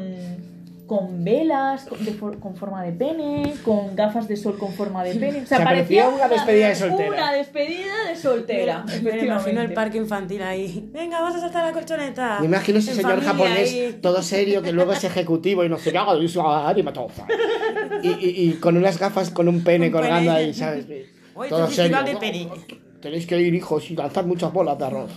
S1: con velas con, de for- con forma de pene, con gafas de sol con forma de pene, o sea,
S3: O sea,
S1: parecía
S3: parecía una despedida de soltera.
S1: Una despedida de soltera.
S2: Me- Me imagino el
S1: efectivamente.
S2: parque infantil ahí. Venga, vas a saltar la colchoneta.
S3: Me imagino ese
S2: Ah, En
S3: señor
S2: familia
S3: japonés
S2: ahí.
S3: todo serio que luego es ejecutivo y no se caga y mató. Y, y, y con unas gafas con un pene
S2: Un pene.
S3: colgando ahí, ¿sabes?
S2: Oye,
S3: todo
S2: este festival
S3: serio.
S2: de pene.
S3: Tenéis que ir, hijos, y lanzar muchas bolas de
S2: [laughs]
S3: arroz.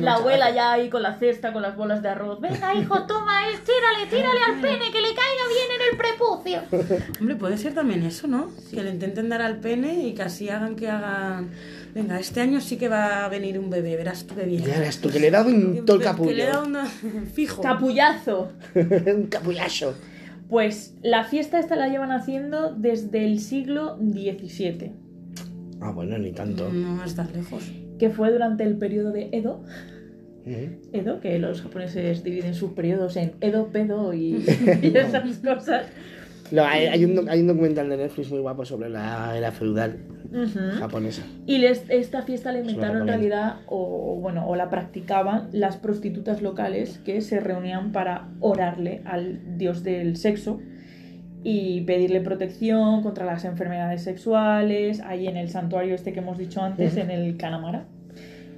S1: La abuela ya ahí con la cesta, con las bolas de arroz. Venga,
S2: [laughs]
S1: hijo, toma, eh, tírale, tírale al pene, que le caiga bien en el prepucio.
S2: Hombre, puede ser también eso, ¿no? Que le intenten dar al pene y que así hagan que hagan. Venga, este año sí que va a venir un bebé, verás tú qué bien.
S3: Ya verás tú, que le he dado un todo el
S2: Que le da
S3: capullo.
S2: una... [laughs] Fijo.
S1: Capullazo.
S3: [laughs] un capullazo.
S1: Pues la fiesta esta la llevan haciendo desde el siglo XVII,
S3: Ah, bueno, ni tanto.
S2: No estás lejos.
S1: que fue durante el periodo de Edo.
S3: Ujú.
S1: Edo, que los japoneses dividen sus periodos en Edo, Pedo y, [laughs]
S3: [laughs]
S1: y esas cosas.
S3: No, hay, hay un, doc- hay un documental de Netflix muy guapo sobre la era feudal
S2: ¿Ah?
S1: Ujú.
S3: japonesa.
S1: Y les- esta fiesta la inventaron en
S3: recomiendo.
S1: realidad, o, o bueno, o la practicaban las prostitutas locales que se reunían para orarle al dios del sexo y pedirle protección contra las enfermedades sexuales, ahí en el santuario este que hemos dicho antes,
S3: Ujú.
S1: en el Kanamara,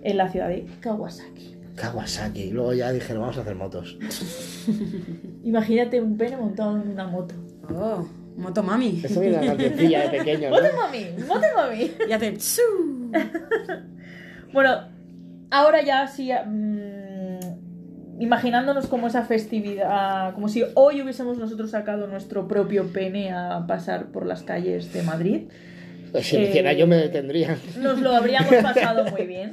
S1: en la ciudad de Kawasaki.
S3: Kawasaki. Y luego ya dijeron, vamos a
S2: [laughs]
S3: hacer motos.
S1: Imagínate un pene montado en una moto.
S2: Oh, moto mami.
S3: Esto viene una cancioncilla de pequeño, ¿no?
S1: ¡Moto mami! ¡Moto mami!
S2: Y hace tsu.
S1: Bueno, ahora ya sí, mm, imaginándonos como esa festividad, como si hoy hubiésemos nosotros sacado nuestro propio pene a pasar por las calles de Madrid,
S3: Pues si lo hiciera
S1: Eh,
S3: yo me detendría.
S1: nos lo habríamos pasado muy bien.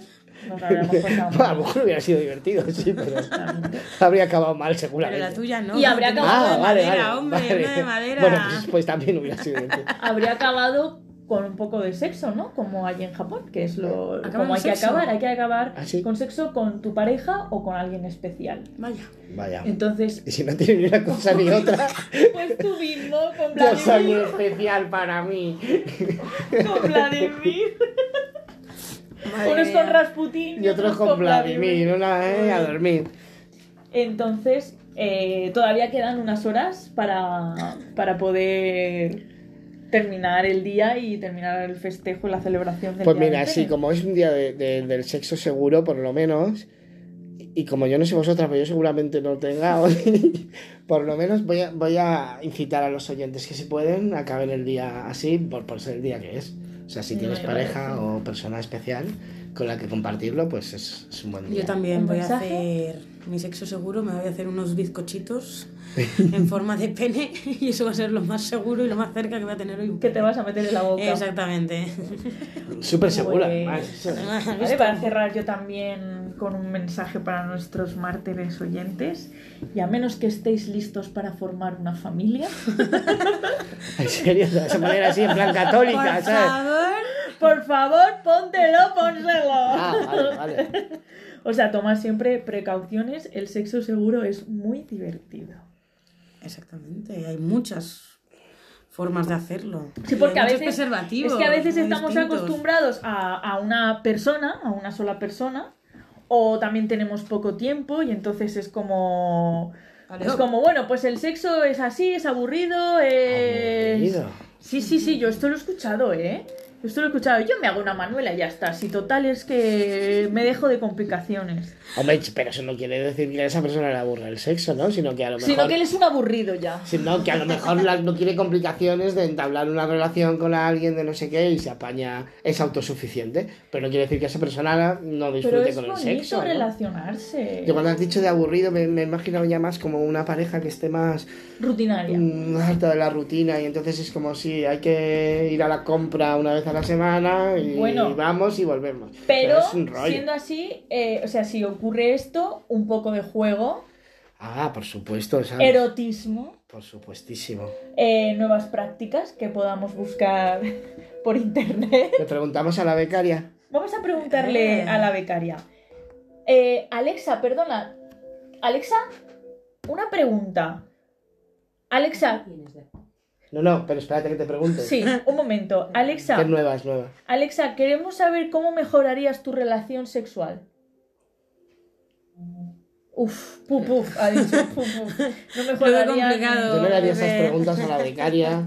S1: Nos lo habríamos
S3: [laughs]
S1: pasado muy
S3: a lo
S1: bien.
S3: mejor hubiera sido divertido, sí, pero
S1: claramente.
S3: habría acabado mal
S2: Pero la
S3: seguramente.
S2: tuya no.
S1: Y habría
S2: Tengo
S1: acabado-
S2: una
S3: Ah,
S2: de
S3: vale,
S2: madera,
S3: vale,
S2: hombre,
S3: vale.
S2: una de madera.
S3: Bueno, pues, pues también hubiera sido divertido.
S1: Habría acabado con un poco de sexo, ¿no? Como hay en Japón, que es lo
S2: Acaban
S1: como hay que
S2: sexo.
S1: acabar, hay que acabar
S3: ¿Ah, sí?
S1: con sexo con tu pareja o con alguien especial.
S2: Vaya.
S3: Vaya.
S1: Entonces,
S3: Y si no tiene ni una cosa ni otra,
S1: pues tú mismo con
S3: yo soy
S1: Vladimir,
S3: especial para mí.
S1: con Vladimir.
S2: Madre
S1: Unos
S2: mía.
S1: con Rasputin
S3: Y otros con Vladimir, una, eh, a dormir.
S1: Entonces, eh, todavía quedan unas horas para, para poder terminar el día y terminar el festejo, la celebración del
S3: Pues
S1: Día
S3: mira,
S1: del
S3: sí,
S1: Pene.
S3: como es un día de- de- del sexo seguro, por lo menos, y y como yo no sé vosotras, pero yo seguramente no tenga [laughs] hoy, por lo menos voy a, voy a incitar a los oyentes que si pueden acaben el día así, por, por ser el día que es. O sea, si
S1: Me
S3: tienes
S1: parece.
S3: pareja o persona especial con la que compartirlo, pues es, es un buen día.
S2: Yo también
S1: ¿Un
S2: voy
S1: mensaje?
S2: a hacer mi sexo seguro, me voy a hacer unos bizcochitos en forma de pene [laughs] y eso va a ser lo más seguro y lo más cerca que voy a tener hoy. un
S1: Que te vas a meter en la boca.
S2: Exactamente.
S3: Súper segura.
S1: Pues-
S3: además.
S1: Vale, para cerrar yo también con un mensaje para nuestros mártires oyentes. Y a menos que estéis listos para formar una familia,
S3: [laughs]
S1: [laughs]
S3: En serio, de esa manera así, en plan católica,
S2: Por
S3: ¿sabes?
S2: favor.
S1: por favor, póntelo, pónselo.
S3: Ah, vale, vale.
S1: O sea, tomar siempre precauciones. El sexo seguro es muy divertido.
S2: Exactamente, hay muchas formas de hacerlo.
S1: Sí,
S2: Y
S1: porque
S2: hay
S1: a
S2: muchos
S1: veces,
S2: preservativos
S1: es que a veces
S2: muy
S1: estamos
S2: distintos.
S1: acostumbrados a, a una persona, a una sola persona, o también tenemos poco tiempo y entonces es como...
S2: Vale,
S1: Es
S2: oh,
S1: como, bueno, pues el sexo es así, es aburrido,
S2: Eh,
S1: es...
S3: Aburrido.
S1: Sí, sí, sí, yo esto lo he escuchado, ¿eh? Yo esto lo he escuchado. Yo me hago una manuela y ya está. Si total es que me dejo de complicaciones.
S3: Hombre, pero eso no quiere decir que a esa persona le aburra el sexo, ¿no? Sino que a lo mejor...
S1: Sino que él es un aburrido ya.
S3: Sino que a lo mejor la- no quiere complicaciones de entablar una relación con alguien de no sé qué y se apaña, es autosuficiente. Pero no quiere decir que esa persona no
S1: Pero
S3: disfrute
S1: es
S3: con el
S1: bonito
S3: sexo. ¿no?
S1: relacionarse.
S3: Yo cuando has dicho de aburrido me, me he imaginado ya más como una pareja que esté más
S1: Rutinaria.
S3: mm, harta de la rutina y entonces es como si hay que ir a la compra una vez a la semana y,
S1: Bueno.
S3: vamos y volvemos.
S1: Pero,
S3: es un rollo.
S1: siendo así, eh, o sea, si ocurre esto, un poco de juego,
S3: Ah, por supuesto, ¿sabes?
S1: erotismo,
S3: Por supuestísimo.
S1: eh, nuevas prácticas que podamos buscar [laughs] por internet.
S3: Le preguntamos a la becaria.
S1: Vamos a preguntarle
S2: Eh.
S1: a la becaria. Eh, Alexa, perdona. Alexa, una pregunta. Alexa,
S4: Tienes la-
S3: No, no, pero espérate que te pregunte.
S1: sí, un momento.
S3: Que
S1: Alexa,
S3: es nueva, es nueva.
S1: Alexa, queremos saber cómo mejorarías tu relación sexual. Uf, puf, puf, ha dicho, puf, puf.
S3: [laughs]
S1: No mejoraría. ni-
S2: complicado.
S3: Yo no le haría esas
S2: Bebé.
S3: preguntas a la becaria.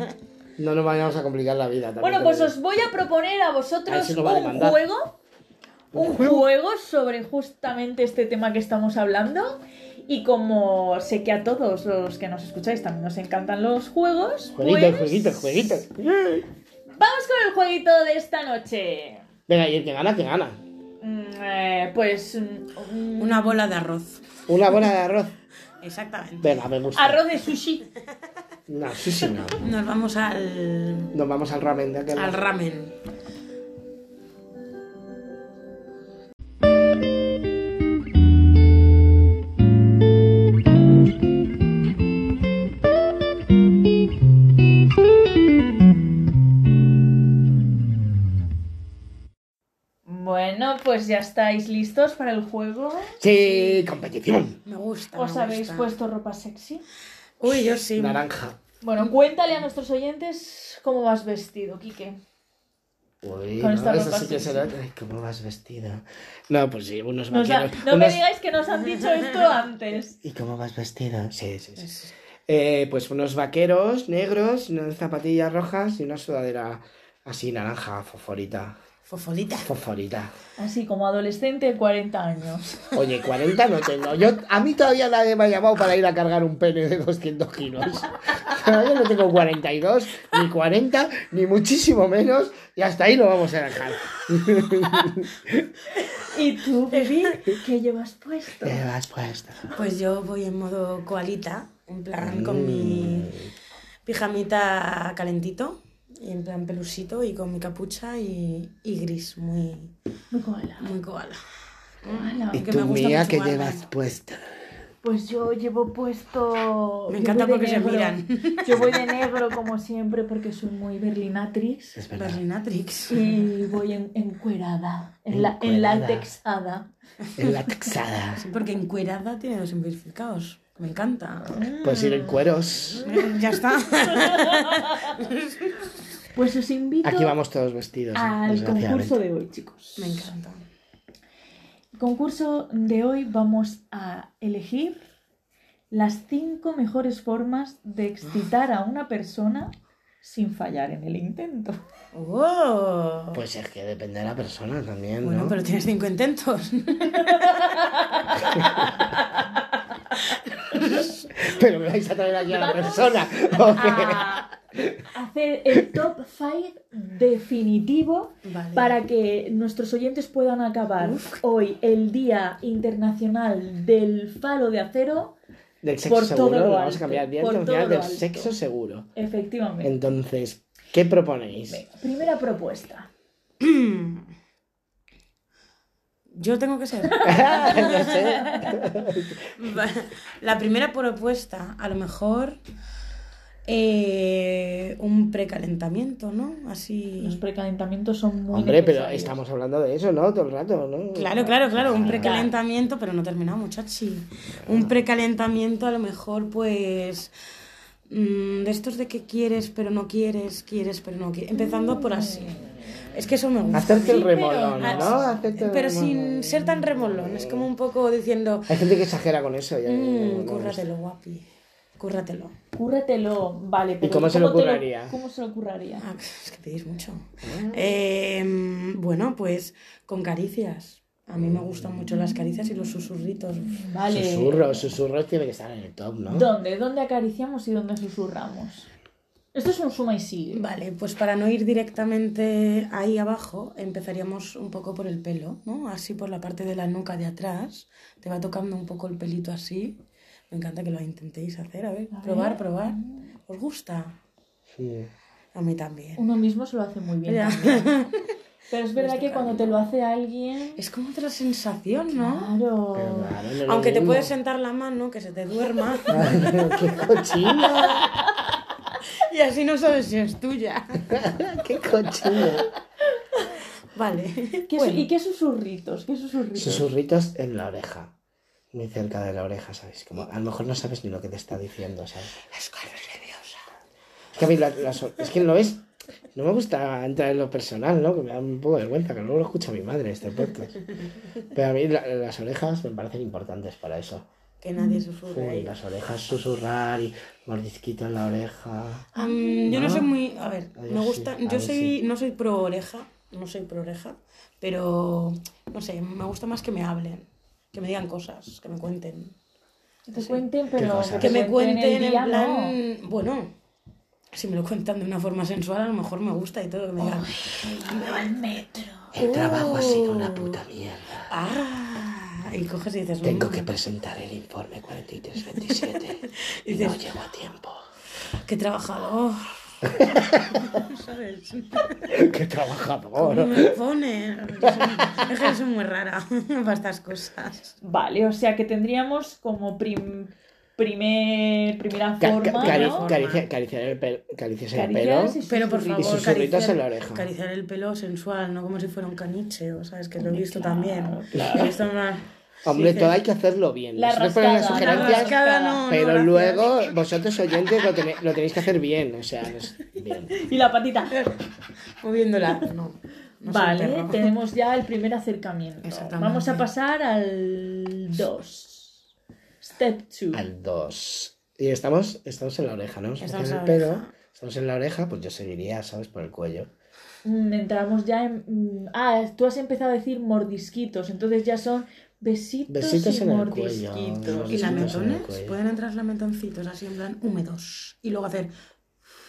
S3: No nos vayamos a complicar la vida. también
S1: Bueno,
S3: te
S1: pues
S3: lo
S1: os voy a proponer a vosotros
S3: Ahí sí lo
S1: un
S3: va a demandar.
S1: juego.
S3: ¿Un
S1: Un
S3: juego?
S1: juego sobre justamente este tema que estamos hablando. Y como sé que a todos los que nos escucháis también nos encantan los juegos,
S3: digo. Jueguitos,
S1: pues,
S3: jueguitos, jueguitos.
S1: Vamos con el jueguito de esta noche.
S3: Venga, y el que gana, que gana.
S1: Mm, eh, pues. mm,
S2: Una bola de arroz.
S3: Una bola de arroz.
S2: Exactamente.
S3: Venga, me gusta.
S1: Arroz de sushi.
S3: No, sí, sí, no.
S2: Nos vamos al
S3: Nos vamos al ramen de aquel.
S2: al ramen.
S1: Bueno, pues ya estáis listos para el juego.
S3: Sí, competición.
S2: Me gusta.
S3: Ah,
S1: ¿Os
S2: me
S1: habéis pues-?
S2: gusta.
S1: puesto ropa sexy?
S2: Uy, yo sí.
S3: Naranja.
S1: Bueno, cuéntale a nuestros oyentes cómo vas vestido, Quique.
S3: Uy,
S1: Con
S3: no,
S1: esta
S3: eso
S1: ropa
S3: sí que
S1: sí.
S3: será. Ay, cómo vas vestida. No, pues sí, unos
S1: Nos ha-
S3: vaqueros.
S1: no me
S3: unos- [laughs]
S1: digáis que nos han dicho esto antes.
S3: ¿Y cómo vas vestida? Sí, sí, sí. eh, pues unos vaqueros negros, unas zapatillas rojas y una sudadera así naranja, fosforita.
S2: Fofolita.
S3: Fosforita.
S1: Así como adolescente de 40 años.
S3: Oye, 40 no tengo. Yo, a mí todavía nadie me ha llamado para ir a cargar un pene de 200 kilos. Todavía no tengo 42, ni 40, ni muchísimo menos. Y hasta ahí lo vamos a dejar.
S1: ¿Y tú, Pepi, qué llevas puesto?
S3: Te vas puesto.
S2: Pues yo voy en modo koalita, en plan con
S3: Mm.
S2: mi pijamita calentito, y en plan pelusito y con mi capucha y, y gris, muy,
S1: Muy koala.
S2: muy koala.
S1: Koala.
S3: ¿Y
S2: Que
S3: tú,
S2: me gusta
S3: mía,
S2: mucho
S3: qué
S2: Batman.
S3: llevas puesto?
S1: Pues yo llevo puesto.
S2: Me
S1: yo
S2: encanta
S1: voy de
S2: porque se
S1: negro.
S2: miran.
S1: Yo voy de negro como siempre porque soy muy berlinatrix
S3: Es verdad.
S2: Berlinatrix.
S1: y voy en, encuerada, en, la, en
S3: Encuerada.
S1: latexada.
S3: En
S2: [laughs]
S3: la texada.
S2: Sí, [laughs] porque encuerada tiene dos significados. Me
S1: [laughs]
S2: encanta.
S3: Pues ir en cueros.
S2: Ya está.
S1: Pues os invito
S3: Aquí vamos todos vestidos. ¿eh?
S1: al concurso de hoy, chicos.
S2: [laughs] Me encanta.
S1: El concurso de hoy vamos a elegir las cinco mejores formas de excitar a una persona sin fallar en el intento.
S2: ¡Oh!
S3: Pues es que depende de la persona también,
S2: bueno,
S3: ¿no? [laughs]
S2: pero tienes cinco intentos.
S3: Pero me vais a traer aquí a la persona. ¿o [laughs] qué?
S1: [laughs] A hacer el top 5 definitivo
S2: Vale.
S1: para que nuestros oyentes puedan acabar hoy el Día Internacional del Falo de Acero,
S3: Del sexo
S1: Por todo
S3: seguro,
S1: lo
S3: lo vamos
S1: alto,
S3: a cambiar bien
S1: por
S3: al final
S1: todo
S3: del
S1: lo alto.
S3: sexo seguro.
S1: efectivamente.
S3: Entonces, ¿qué proponéis?
S1: Venga, primera propuesta.
S2: Mm. Yo tengo que ser.
S3: No sé.
S2: La primera propuesta, a lo mejor eh, un precalentamiento, ¿no?
S1: Los
S2: Así.
S1: precalentamientos son muy
S3: Hombre, pero
S1: necesarios.
S3: estamos hablando de eso, ¿no? Todo el rato, ¿no?
S2: Claro, claro, claro, un precalentamiento, pero no he terminado, muchachi. Un precalentamiento, a lo mejor, pues. mm, de estos de que quieres, pero no quieres, quieres, pero no quieres. Empezando por así. Es que eso me gusta.
S3: Hacerte el
S1: pero-
S3: remolón,
S2: Ah,
S3: ¿no?
S2: sí.
S3: Hacerte el
S2: Pero
S3: remolón.
S2: sin ser tan remolón, es como un poco diciendo,
S3: Hay gente que exagera con eso. ya- ya- este ya-
S1: Mm,
S2: mmm,
S3: no-
S2: cúrratelo, guapi, cúrratelo.
S1: Cúrratelo, vale, pero
S3: cómo se lo
S1: te
S3: curraría?
S1: ¿Cómo se lo curraría?
S2: Ah, es que pedís mucho. Eh, bueno, pues con caricias. A mí me gustan mucho las caricias y los susurritos.
S1: Vale.
S3: Susurros, susurros tiene que estar en el top, ¿no?
S1: ¿Dónde? ¿Dónde acariciamos y dónde susurramos? Esto es un suma y sigue.
S2: Vale, pues para no ir directamente ahí abajo, empezaríamos un poco por el pelo, ¿no? Así por la parte de la nuca de atrás. Te va tocando un poco el pelito así. Me encanta que lo intentéis hacer, a ver,
S1: A
S2: probar,
S1: ver.
S2: probar. ¿Os gusta?
S3: Sí.
S2: A mí también.
S1: Uno mismo se lo hace muy bien.
S2: Ya.
S1: también. Pero es verdad que cuando te lo hace alguien.
S2: [laughs] Es como otra sensación, ¿no?
S1: Claro.
S3: Pero claro, no es lo
S2: Aunque te
S3: mismo.
S2: puedes sentar la mano, que se te
S1: [laughs]
S2: duerma.
S3: [laughs] ¡Qué cochino!
S2: Y así no sabes si es tuya.
S3: ¡Qué cochino!
S2: Vale. [laughs]
S1: ¿Qué su-
S2: Bueno,
S1: ¿Y qué susurritos? ¿Qué susurritos?
S3: Susurritos en la oreja. Muy cerca de la oreja, ¿sabes? Como a lo mejor no sabes ni lo que te está diciendo, ¿sabes?
S2: es que eres nerviosa.
S3: Es que a mí la- las- es que no es. No me gusta entrar en lo personal, ¿no? Que me da un poco de vergüenza, que luego lo escucha mi madre este podcast. Pero a mí la- las orejas me parecen importantes para eso.
S2: Que nadie susurre
S3: Uy,
S2: ahí.
S3: las orejas susurrar y mordisquito en la oreja.
S1: Ah.
S2: Mm, yo no
S3: ¿No?
S2: soy muy. A ver,
S3: Ah, yo
S2: me gusta.
S3: sí, a
S2: Yo
S3: ver,
S2: soy.
S3: sí.
S2: No soy pro oreja. No soy pro oreja. Pero. No sé, me gusta más que me hablen. Que me digan cosas. Que me cuenten.
S1: Que te cuenten, pero.
S3: cosas?
S1: te
S2: Que me cuenten
S1: el
S2: en
S1: día,
S2: plan. Bueno. Si me lo cuentan de una forma sensual, a lo mejor me gusta y todo. Que me digan.
S1: no. al metro.
S3: El trabajo ha sido una puta mierda.
S2: ¡Ah! Y coges y dices.
S3: Tengo
S2: mm,
S3: que presentar el informe 4327 y no llego a tiempo.
S2: ¡Qué
S3: [laughs]
S2: trabajador! ¿Sabes?
S3: [laughs] ¡Qué trabajador!
S2: me pone? Es que soy muy rara [laughs] para estas cosas.
S1: Vale, o sea que tendríamos como prim- primer, primera
S3: Ca-
S1: forma.
S3: ca- cari-
S1: ¿no?
S3: caricia- Cariciar el pelo. Caricias el pelo.
S1: Caricias y
S2: Pero por favor,
S1: susurritos.
S3: susurritos en la oreja.
S2: acariciar el pelo sensual, no como si fuera un caniche, o sabes que lo he
S1: Hombre,
S2: visto
S1: claro,
S2: también.
S1: claro.
S2: He visto una...
S3: Hombre,
S2: Sí,
S3: todo
S2: que-
S3: hay que hacerlo bien.
S1: La
S3: Nosotros ponemos
S1: rascada,
S2: una
S1: la
S3: sugerencias,
S2: rascada, no, no,
S3: pero
S2: gracias.
S3: luego vosotros oyentes lo, tenéis, lo tenéis que hacer bien. O sea, no es-
S2: [laughs]
S3: bien.
S1: Y la patita.
S2: moviéndola. No, no soy
S1: vale,
S2: perro.
S1: tenemos ya el primer acercamiento.
S2: Exactamente.
S1: Vamos a pasar al 2. Step 2.
S3: Al 2. Y estamos, estamos en la oreja, ¿no? Nos
S2: Estamos
S3: cogemos
S2: en
S3: el
S2: la
S3: pelo,
S2: oreja.
S3: estamos en la oreja, pues yo seguiría, ¿sabes? Por el cuello.
S1: Mm, Entramos ya en. mm, Ah, tú has empezado a decir mordisquitos, entonces ya son besitos,
S3: Besitos
S1: y
S3: en el cuello,
S1: mordisquitos.
S2: Y
S3: Besitos en el
S2: lametones,
S3: cuello.
S2: pueden entrar lametoncitos así en plan húmedos. Y luego hacer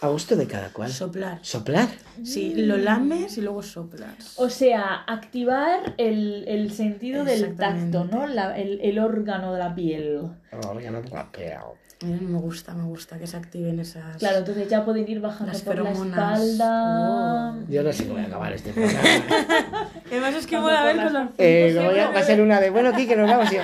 S3: A gusto de cada cual.
S2: soplar.
S3: Soplar.
S2: Sí, lo lames y luego soplas.
S1: O sea, activar el, el sentido del
S2: Exactamente.
S1: tacto, ¿no? La- el, el órgano de la piel.
S2: Oh,
S3: Órgano rapeo.
S2: Mira, me gusta, me gusta que se activen esas.
S1: Claro, entonces ya pueden ir bajando
S2: Las
S1: por la
S2: feromonas.
S1: espalda.
S2: Oh.
S3: Yo no sé cómo voy a acabar
S2: [laughs]
S3: este programa.
S2: Además es que
S1: Cuando
S2: voy a ver
S1: por
S2: con
S1: las-
S2: los.
S3: Eh, me voy a, va a ser una de, bueno, aquí que nos vamos. Y yo,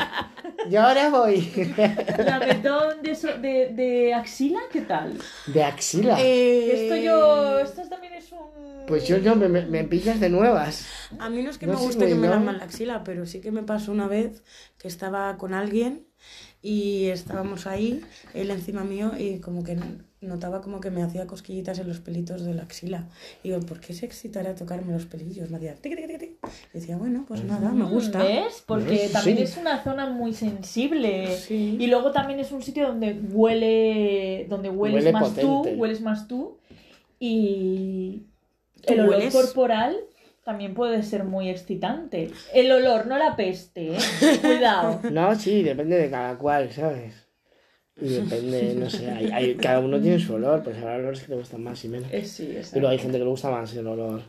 S3: yo ahora voy.
S2: [laughs]
S1: Lametón de, so- de, de axila, ¿qué tal?
S3: De axila.
S2: Eh,
S1: Esto yo. Esto también es un.
S3: Pues yo no, me, me- me pillas de nuevas.
S2: A mí no es que
S3: No
S2: me
S3: soy
S2: guste que me
S3: buena.
S2: laman la axila, pero sí que me pasó una vez que estaba con alguien y estábamos ahí, él encima mío, y como que notaba como que me hacía cosquillitas en los pelitos de la axila. Y digo, ¿por qué se excitará a tocarme los pelillos? Me hacía tic, tic, tic, tic. Y decía, bueno, pues nada, me gusta.
S1: ¿Ves? Porque
S3: ¿Ves?
S1: también
S3: Sí.
S1: es una zona muy sensible.
S2: Sí.
S1: Y luego también es un sitio donde huele. Donde hueles
S3: Huele
S1: más tú.
S3: potente.
S1: Hueles más tú. Y.
S2: ¿Tú
S1: el olor
S2: hueles?
S1: corporal también puede ser muy excitante. El olor, no la peste, ¿eh?
S2: [laughs]
S1: Cuidado.
S3: No, sí, depende de cada cual, ¿sabes? Y depende, no sé, hay- hay- cada uno tiene su olor, pues habrá olores que te gustan más y menos.
S1: Eh, sí, exacto.
S3: Pero hay gente que le gusta más el olor.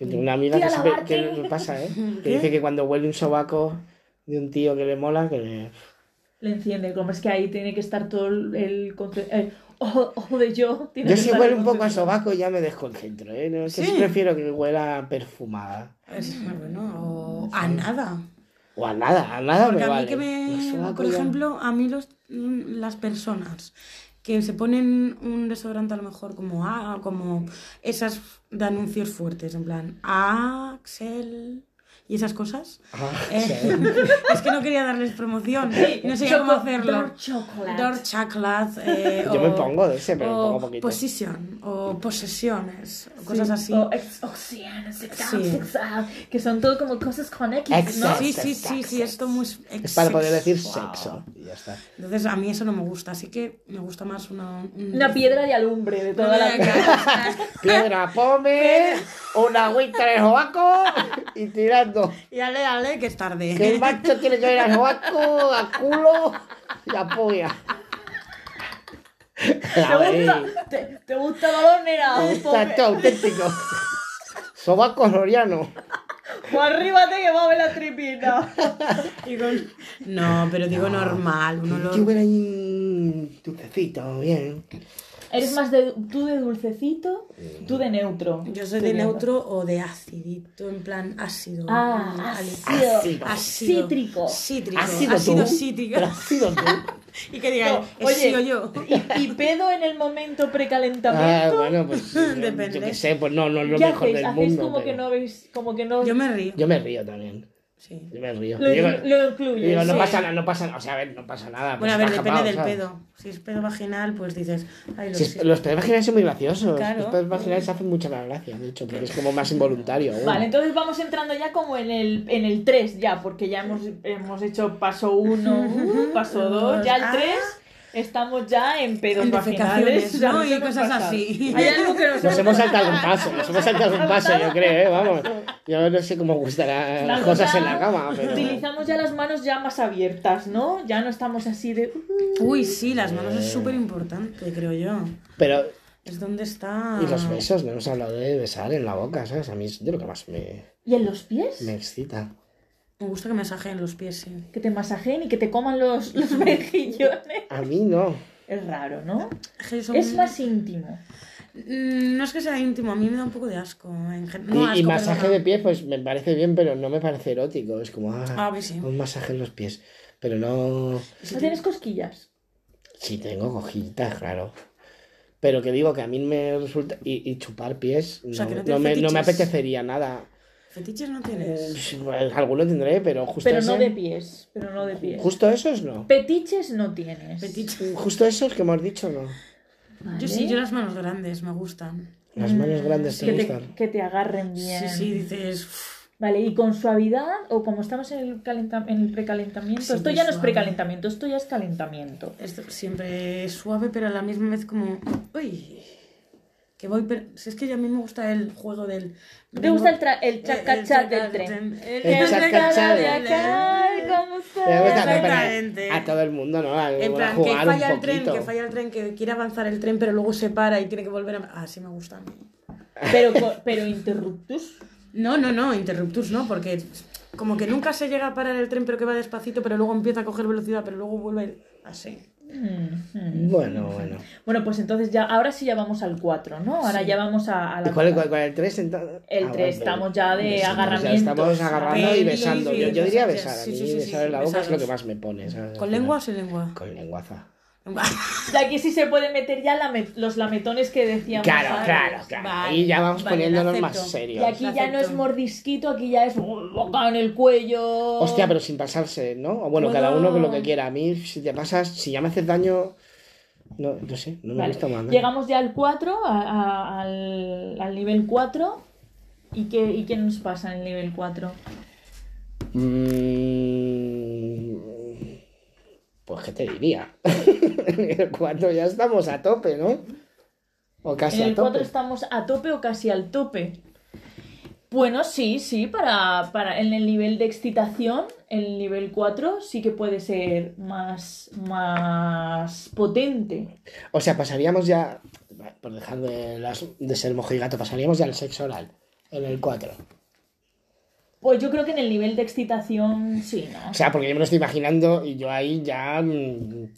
S3: Yo tengo una amiga
S1: Tira
S3: que
S1: la
S3: siempre
S1: Barbie.
S3: que le
S2: [laughs]
S3: pasa, ¿eh? Que
S2: ¿Qué?
S3: dice que cuando huele un sobaco de un tío que le mola, que le...
S1: Le enciende, como es que ahí tiene que estar todo el, el conce- el ojo, ojo de yo. tiene
S3: Yo
S1: que
S3: si
S1: estar
S3: huele
S1: el
S3: un poco a
S1: concepto.
S3: sobaco ya me desconcentro, ¿eh? No, es que
S2: Sí.
S3: prefiero que huela perfumada.
S2: Es, bueno, o a nada.
S3: O a nada, a nada
S2: Porque
S3: me
S2: a mí
S3: vale.
S2: que me-
S3: El sobaco
S2: por
S3: ya-
S2: ejemplo, a mí los, mm, las personas que se ponen un desodorante a lo mejor como A, como esas de anuncios fuertes, en plan Axel y esas cosas.
S3: Ah,
S2: Eh,
S3: sí.
S2: [laughs] es que no quería darles promoción, no sé
S1: Choco-
S2: cómo hacerlo.
S1: dark chocolate.
S2: Dark chocolate. eh,
S3: Yo me
S2: o-
S3: pongo de ese, pero
S2: o
S3: me
S2: pues
S3: pongo poquito.
S2: Position, o posesiones, o cosas así.
S1: O ex- Ocean, six out,
S2: Sí.
S1: six out, que son todo como cosas con X,
S3: Ex-
S1: ¿no?
S2: sí, sí,
S3: Sexo,
S2: sí, sí,
S3: sexo.
S2: esto muy...
S3: Es para poder decir
S2: sexual.
S3: sexo. Y ya está.
S2: Entonces a mí eso no me gusta, así que me gusta más una... un-
S1: Una piedra de alumbre de toda la
S3: Piedra pome, una agüita de sobaco y tirando.
S2: Y ale, ale, que es tarde. [laughs]
S3: Que el macho tiene que ver al sobaco, a culo y a polla. A
S1: ¿Te
S3: ver,
S1: gusta, te, te gusta la hornera?
S3: está esto auténtico. Sobaco soriano.
S1: O arríbate que va a ver la tripita.
S2: Y con- No, pero digo normal, un
S3: Que
S2: olor...
S3: huele ahí dulcecito, bien.
S1: Eres más de, tú de dulcecito, tú de neutro.
S2: Yo soy de neutro o de acidito, en plan ácido. Mm,
S1: Ah,
S2: ale-
S1: ácido.
S3: Ácido.
S2: Ácido.
S1: Cítrico.
S2: Cítrico.
S3: ¿Has sido
S2: ácido
S3: tú?
S2: cítrico.
S3: ¿Pero has sido tú?
S2: [laughs] Y que diga,
S1: No,
S2: he
S1: oye.
S2: sido yo.
S1: Y, y pedo en el momento
S3: Ah,
S1: precalentamiento.
S3: bueno, pues
S2: Depende.
S3: yo qué sé, pues no, no es lo
S1: ¿Qué
S3: mejor
S1: hacéis?
S3: del
S1: ¿Hacéis
S3: mundo.
S1: como que
S3: pero-
S1: no veis, como que no
S2: Yo me río.
S3: Yo Pues me río también.
S2: Sí.
S3: Yo me río.
S1: lo,
S3: Digo-
S1: lo incluyes?
S3: digo, no
S1: Sí.
S3: pasa nada, no pasa nada. O sea, a ver, no pasa nada. pues
S2: Bueno, a ver,
S3: baja
S2: depende
S3: pao,
S2: del
S3: ¿sabes?
S2: pedo. Si es pedo vaginal, pues dices, ay, lo
S3: Sí, es-
S2: siento.
S3: los pedos vaginales son muy graciosos.
S2: Claro.
S3: Los pedos vaginales hacen mucha más gracia, de hecho, porque es como más involuntario. aún.
S1: Vale, entonces vamos entrando ya como en el, en el 3 ya, porque ya hemos, hemos hecho paso
S2: [laughs]
S1: 1, paso 2, ya el
S2: Ah.
S1: 3 estamos ya en pedos
S2: En
S1: vaginales,
S2: defecaciones,
S1: ya
S2: ¿no?
S1: nos
S2: Y
S1: hemos
S2: cosas
S1: pasado. [laughs]
S2: así.
S1: Hay algo que nos
S3: Nos hemos saltado
S2: [laughs]
S3: un paso, nos hemos saltado un paso, yo creo, ¿eh? Vamos. Yo no sé cómo gustarán las
S1: Claro,
S3: cosas
S1: ya
S3: en la cama, pero.
S1: Utilizamos ya las manos ya más abiertas, ¿no? Ya no estamos así de... "Uh",
S2: Uy, sí, las manos
S3: Eh.
S2: es súper importante, creo yo.
S3: Pero.
S2: Es donde está.
S3: Y los besos, no hemos hablado de besar en la boca, ¿sabes? A mí es de lo que más me,
S1: ¿Y en los pies?
S3: me excita.
S2: Me gusta que me masajeen los pies, sí.
S1: Que te masajeen y que te coman los, los mejillones.
S3: A mí no.
S1: Es raro, ¿no?
S2: Es que yo soy
S1: Es
S2: muy-
S1: más íntimo.
S2: Mm, No es que sea íntimo, a mí me da un poco de asco. En gen-
S3: y,
S2: no,
S3: y
S2: asco,
S3: masaje
S2: perdona.
S3: de pies, pues me parece bien, pero no me parece erótico. Es como, ah,
S2: Ah, pues sí.
S3: un masaje en los pies. Pero no.
S1: ¿No tienes cosquillas?
S3: Sí, tengo cojitas, claro. Pero que digo que a mí me resulta. Y, y chupar pies no,
S2: sea, que no
S3: no
S2: tienes
S3: me, no me
S2: fetiches.
S3: apetecería nada.
S2: Fetiches no tienes.
S3: Eh, Alguno tendré, pero justo
S1: Pero no
S3: ese-
S1: de pies. Pero no de pies.
S3: Justo esos no.
S1: Petiches no tienes.
S2: Fetiches.
S3: Justo esos que hemos dicho no.
S1: Vale.
S2: [laughs] Yo sí, yo las manos grandes me gustan.
S3: Las manos grandes te
S1: que, te,
S2: [laughs]
S3: gustan.
S1: que te agarren bien.
S2: Sí, sí, dices. "Uf,
S1: Vale, y con suavidad, o como estamos en el, calenta- en el precalentamiento,
S2: Sí,
S1: esto ya no es
S2: suave.
S1: precalentamiento, esto ya es calentamiento.
S2: Esto siempre es suave, pero a la misma vez como... Uy, que voy... per- Si es que a mí me gusta el juego del...
S1: ¿Te gusta el, tra- el chac-chac del tren?
S3: El chac-chac
S1: de
S3: del
S1: acá, ¿cómo
S3: Pero
S1: estás?
S3: bueno, también para-
S2: Exactamente.
S3: a todo el mundo, ¿no? A,
S2: En
S3: a
S2: plan, que
S3: jugar
S2: falla
S3: un
S2: el tren,
S3: poquito.
S2: que falla el tren, que quiere avanzar el tren, pero luego se para y tiene que volver a... Ah, sí me gusta a mí.
S1: Pero, co- pero interruptus.
S2: No, no, no, interruptus no, porque como que nunca se llega a parar el tren, pero que va despacito, pero luego empieza a coger velocidad, pero luego vuelve así.
S1: Mm, mm.
S3: Bueno, bueno.
S1: Bueno, pues entonces ya, ahora sí ya vamos al 4, ¿no? Ahora ya vamos a, a la.
S3: ¿Y cuál, cuál, cuál? ¿El 3 entonces?
S1: El
S3: Ah,
S1: tres,
S3: bueno,
S1: estamos ya de agarramientos.
S3: estamos agarrando y
S2: Pelis,
S3: besando. Yo, yo
S2: besos,
S3: diría
S2: sí,
S3: besar. A
S2: sí,
S3: mí
S2: sí, sí,
S3: besar
S2: sí,
S3: en la boca es lo
S2: besaros.
S3: que más me pone. ¿sabes?
S2: ¿Con lengua o sin lengua? [laughs]
S3: Con lenguaza.
S1: Y aquí sí se puede meter ya la met- los lametones que decíamos.
S3: Claro,
S1: antes.
S3: claro, claro.
S2: Vale,
S3: y ya vamos
S2: vale,
S3: poniéndonos
S2: lo
S3: más
S2: acepto.
S1: Y
S3: serios.
S1: aquí ya no es
S2: Acepto.
S1: mordisquito, aquí ya es boca en el cuello.
S3: Hostia, pero sin pasarse, ¿no? O bueno,
S2: Puedo-
S3: cada uno con lo que quiera. A mí, si te pasas, si ya me haces daño. No, no sé, no me
S1: Vale.
S3: gusta más. ¿eh? ¿no?
S1: Llegamos ya al 4, a- a- al, al nivel 4. ¿Y qué, ¿Y qué nos pasa en el nivel 4?
S3: Mm, Pues, ¿qué te diría? [laughs] en el 4 ya estamos a tope, ¿no? O casi
S1: En
S3: a
S1: el 4
S3: tope.
S1: estamos a tope o casi al tope. Bueno, sí, sí, para, para en el nivel de excitación, el nivel 4 sí que puede ser más, más potente.
S3: O sea, pasaríamos ya. Por dejar de, las- de ser mojigato, pasaríamos ya al sexo oral. En el 4.
S1: Pues yo creo que en el nivel de excitación sí, ¿no?
S3: O sea, porque yo me lo estoy imaginando y yo ahí ya. mm,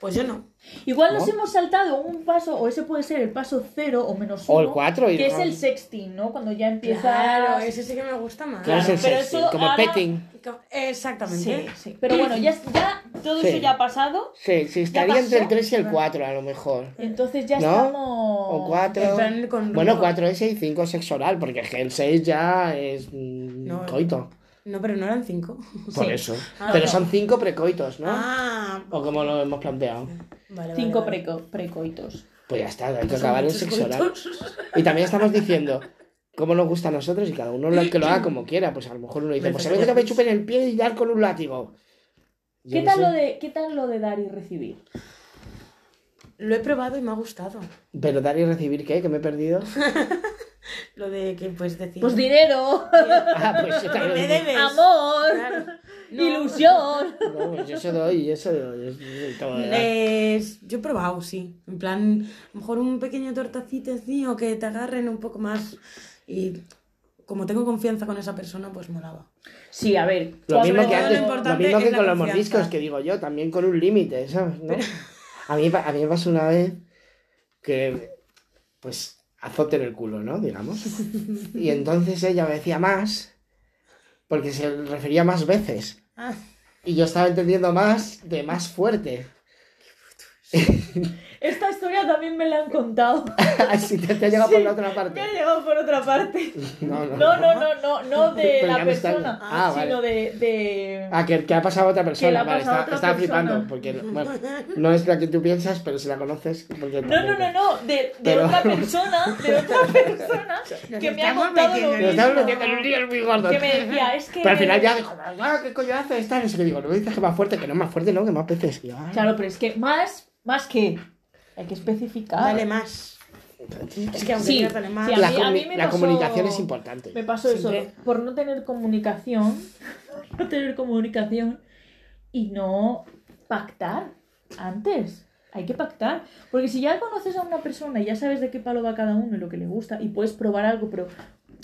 S2: Pues yo no.
S1: Igual nos
S3: ¿No?
S1: hemos saltado un paso, o ese puede ser el paso 0 o menos 1.
S3: O el 4 y
S1: Que es
S3: dejar-
S1: el sexting, ¿no? Cuando ya empieza.
S2: Claro, ese sí que me gusta más.
S3: Claro, es el
S1: pero
S3: sexting,
S1: eso
S3: como
S1: ahora-
S3: petting.
S1: Sí,
S2: Exactamente.
S1: sí. Pero bueno, ya, ya todo
S3: Sí.
S1: eso ya ha pasado.
S3: Sí, sí, estaría entre el
S1: pasó?
S3: 3 y el 4, a lo mejor.
S1: Entonces ya
S3: ¿No?
S1: estamos.
S3: O
S2: En
S3: 4.
S2: plan, con
S3: Bueno,
S2: rumbo.
S3: 4 ese y 5 sexo oral, porque es que el 6 ya es mm,
S2: No.
S3: coito.
S2: No, pero no eran cinco.
S3: Por
S1: Sí.
S3: eso.
S2: Ah,
S3: Pero
S1: no.
S3: son 5 precoitos, ¿no?
S2: Ah,
S3: O como lo hemos planteado.
S2: vale,
S1: Cinco
S2: vale, vale.
S1: preco- precoitos.
S3: Pues ya está, hay que
S2: Son
S3: acabar el
S2: muchos
S3: sexo oral.
S2: coitos.
S3: Y también estamos diciendo cómo nos gusta a nosotros y cada uno lo, que lo haga como quiera. Pues a lo mejor uno dice,
S2: Me
S3: pues a mí
S2: parece
S3: que me
S2: bien.
S3: chupen el pie y dar con un látigo. Yo
S1: ¿Qué
S3: no
S1: tal,
S3: sé.
S1: lo de, ¿Qué tal lo de dar y recibir?
S2: Lo he probado y me ha gustado.
S3: Pero dar y recibir, ¿qué? ¿Que me he
S1: [laughs]
S3: perdido?
S2: Lo de que pues decir.
S1: Pues dinero,
S3: Ah, pues yo
S2: Me
S3: también.
S2: debes.
S1: amor,
S2: Claro. No.
S1: ilusión.
S3: No, pues yo se doy, yo se doy. yo se doy todo, ¿verdad?
S2: Les- Yo he probado, sí. En plan, a lo mejor un pequeño tortacito así o que te agarren un poco más. Y como tengo confianza con esa persona, pues molaba.
S1: Sí, a ver.
S3: Lo
S1: cuando-
S3: mismo que
S2: todo lo
S3: antes, lo
S2: importante
S3: mismo que
S2: es la
S3: con los
S2: confianza.
S3: mordiscos, que digo yo, también con un límite, ¿sabes? ¿No? A, mí, pa- a mí me pasó una vez que, pues, azote en el culo, ¿no? Digamos. Y entonces ella me decía más, porque se refería más veces.
S2: Ah,
S3: Y yo estaba entendiendo más de más fuerte. [laughs]
S1: Esta historia también me la han contado.
S3: Así te, te ha llegado por la
S1: [laughs]
S3: otra
S1: Me
S3: parte.
S1: ha llegado por otra parte.
S3: No, no.
S1: No, no, no, no, no de
S3: Pero
S1: la
S3: ya me está-
S1: persona,
S3: Ah,
S1: sino de, de-
S3: Ah, que, que ha pasado a otra persona.
S1: le ha
S3: vale,
S1: pasado a
S3: está-
S1: otra
S3: estaba
S1: persona.
S3: flipando. Porque,
S2: [laughs]
S3: bueno, no es la que tú piensas, pero si la conoces. Porque
S1: No, no, no, no, de, de
S3: Pero-
S1: otra persona, de
S3: [laughs]
S1: otra persona que me ha
S2: estamos
S1: contado lo
S2: metiendo en
S3: Pero estamos
S1: mismo.
S3: metiendo en un lío muy gordo.
S1: Que me decía, es que...
S3: Pero al final ya dijo, "Ah, ¿qué coño haces? Está, no sé qué digo, no me dices que más fuerte, que no más fuerte, no, que más veces. Y yo, "Ah".
S1: Claro, pero es que más, más que... Hay que especificar.
S2: Dale más. Es que aunque
S1: Sí,
S2: digas dale más.
S1: sí, a
S3: la,
S1: mí- a mí
S3: comu-
S1: me
S3: la
S1: pasó-
S3: comunicación es importante.
S1: Me pasó eso,
S2: Siempre.
S1: por no tener comunicación, [laughs] no tener comunicación y no pactar antes. Hay que pactar. Porque si ya conoces a una persona y ya sabes de qué palo va cada uno y lo que le gusta y puedes probar algo, pero,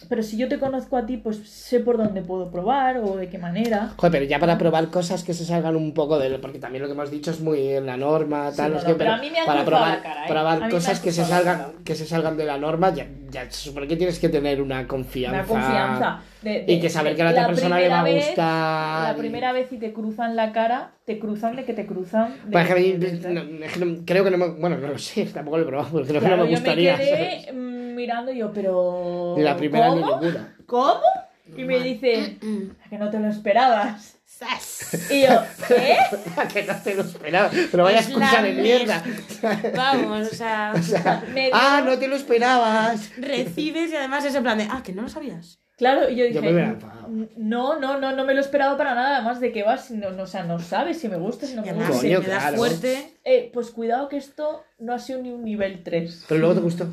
S1: pero si yo te conozco a ti, pues sé por dónde puedo probar o de qué manera.
S3: Joder, pero ya para probar cosas que se salgan un poco del. Porque también lo que hemos dicho es muy en la norma, tal,
S1: no,
S3: no sé
S1: no,
S3: qué,
S1: pero a mí me ha
S3: para
S1: cruzado
S3: probar,
S1: la cara, ¿eh? A mí me
S3: probar
S1: ha
S3: cosas que se,
S1: cruzado la
S3: salgan, que se salgan de la norma, ya, ya se supone que tienes que tener una confianza.
S1: Una confianza. de- de-
S3: Y que saber que a la otra persona le
S1: primera
S3: va a
S1: vez-
S3: gustar.
S1: La primera vez y te cruzan la cara, te cruzan de que te cruzan. de-
S3: Bueno, es que a mí-
S1: de- de-
S3: Pues, no- es que no- creo que no me. Bueno, no lo sé, [laughs] tampoco lo he probado, pero creo
S1: Claro,
S3: que no me gustaría.
S1: Yo me quedé
S3: ¿sabes?
S1: mm, mirando y yo, pero.
S3: Ni la primera ni
S1: ¿Cómo?
S3: ninguna. [laughs]
S1: ¿Cómo? Y me dice, "A que no te lo esperabas. Y yo, ¿qué?
S3: que no te lo esperaba. Pero vaya
S2: Es Pues la
S3: excusa de mierda.
S2: Vamos, o sea,
S3: [laughs]
S1: Me dio-
S3: ah, no te lo esperabas.
S2: recibes y además ese plan de, ah, que no lo sabías.
S1: Claro, y yo dije,
S3: Yo me hubiera enfadado.
S1: no, no, no, no me lo esperaba para nada, además de que vas, si no, no, o sea, no sabes si me gusta, si no
S2: Y
S1: me
S2: además,
S1: gusta.
S2: si
S3: Coño,
S2: me das
S3: claro.
S2: fuerte,
S1: Eh, pues cuidado que esto no ha sido ni un nivel 3.
S3: Pero luego te gustó. [laughs]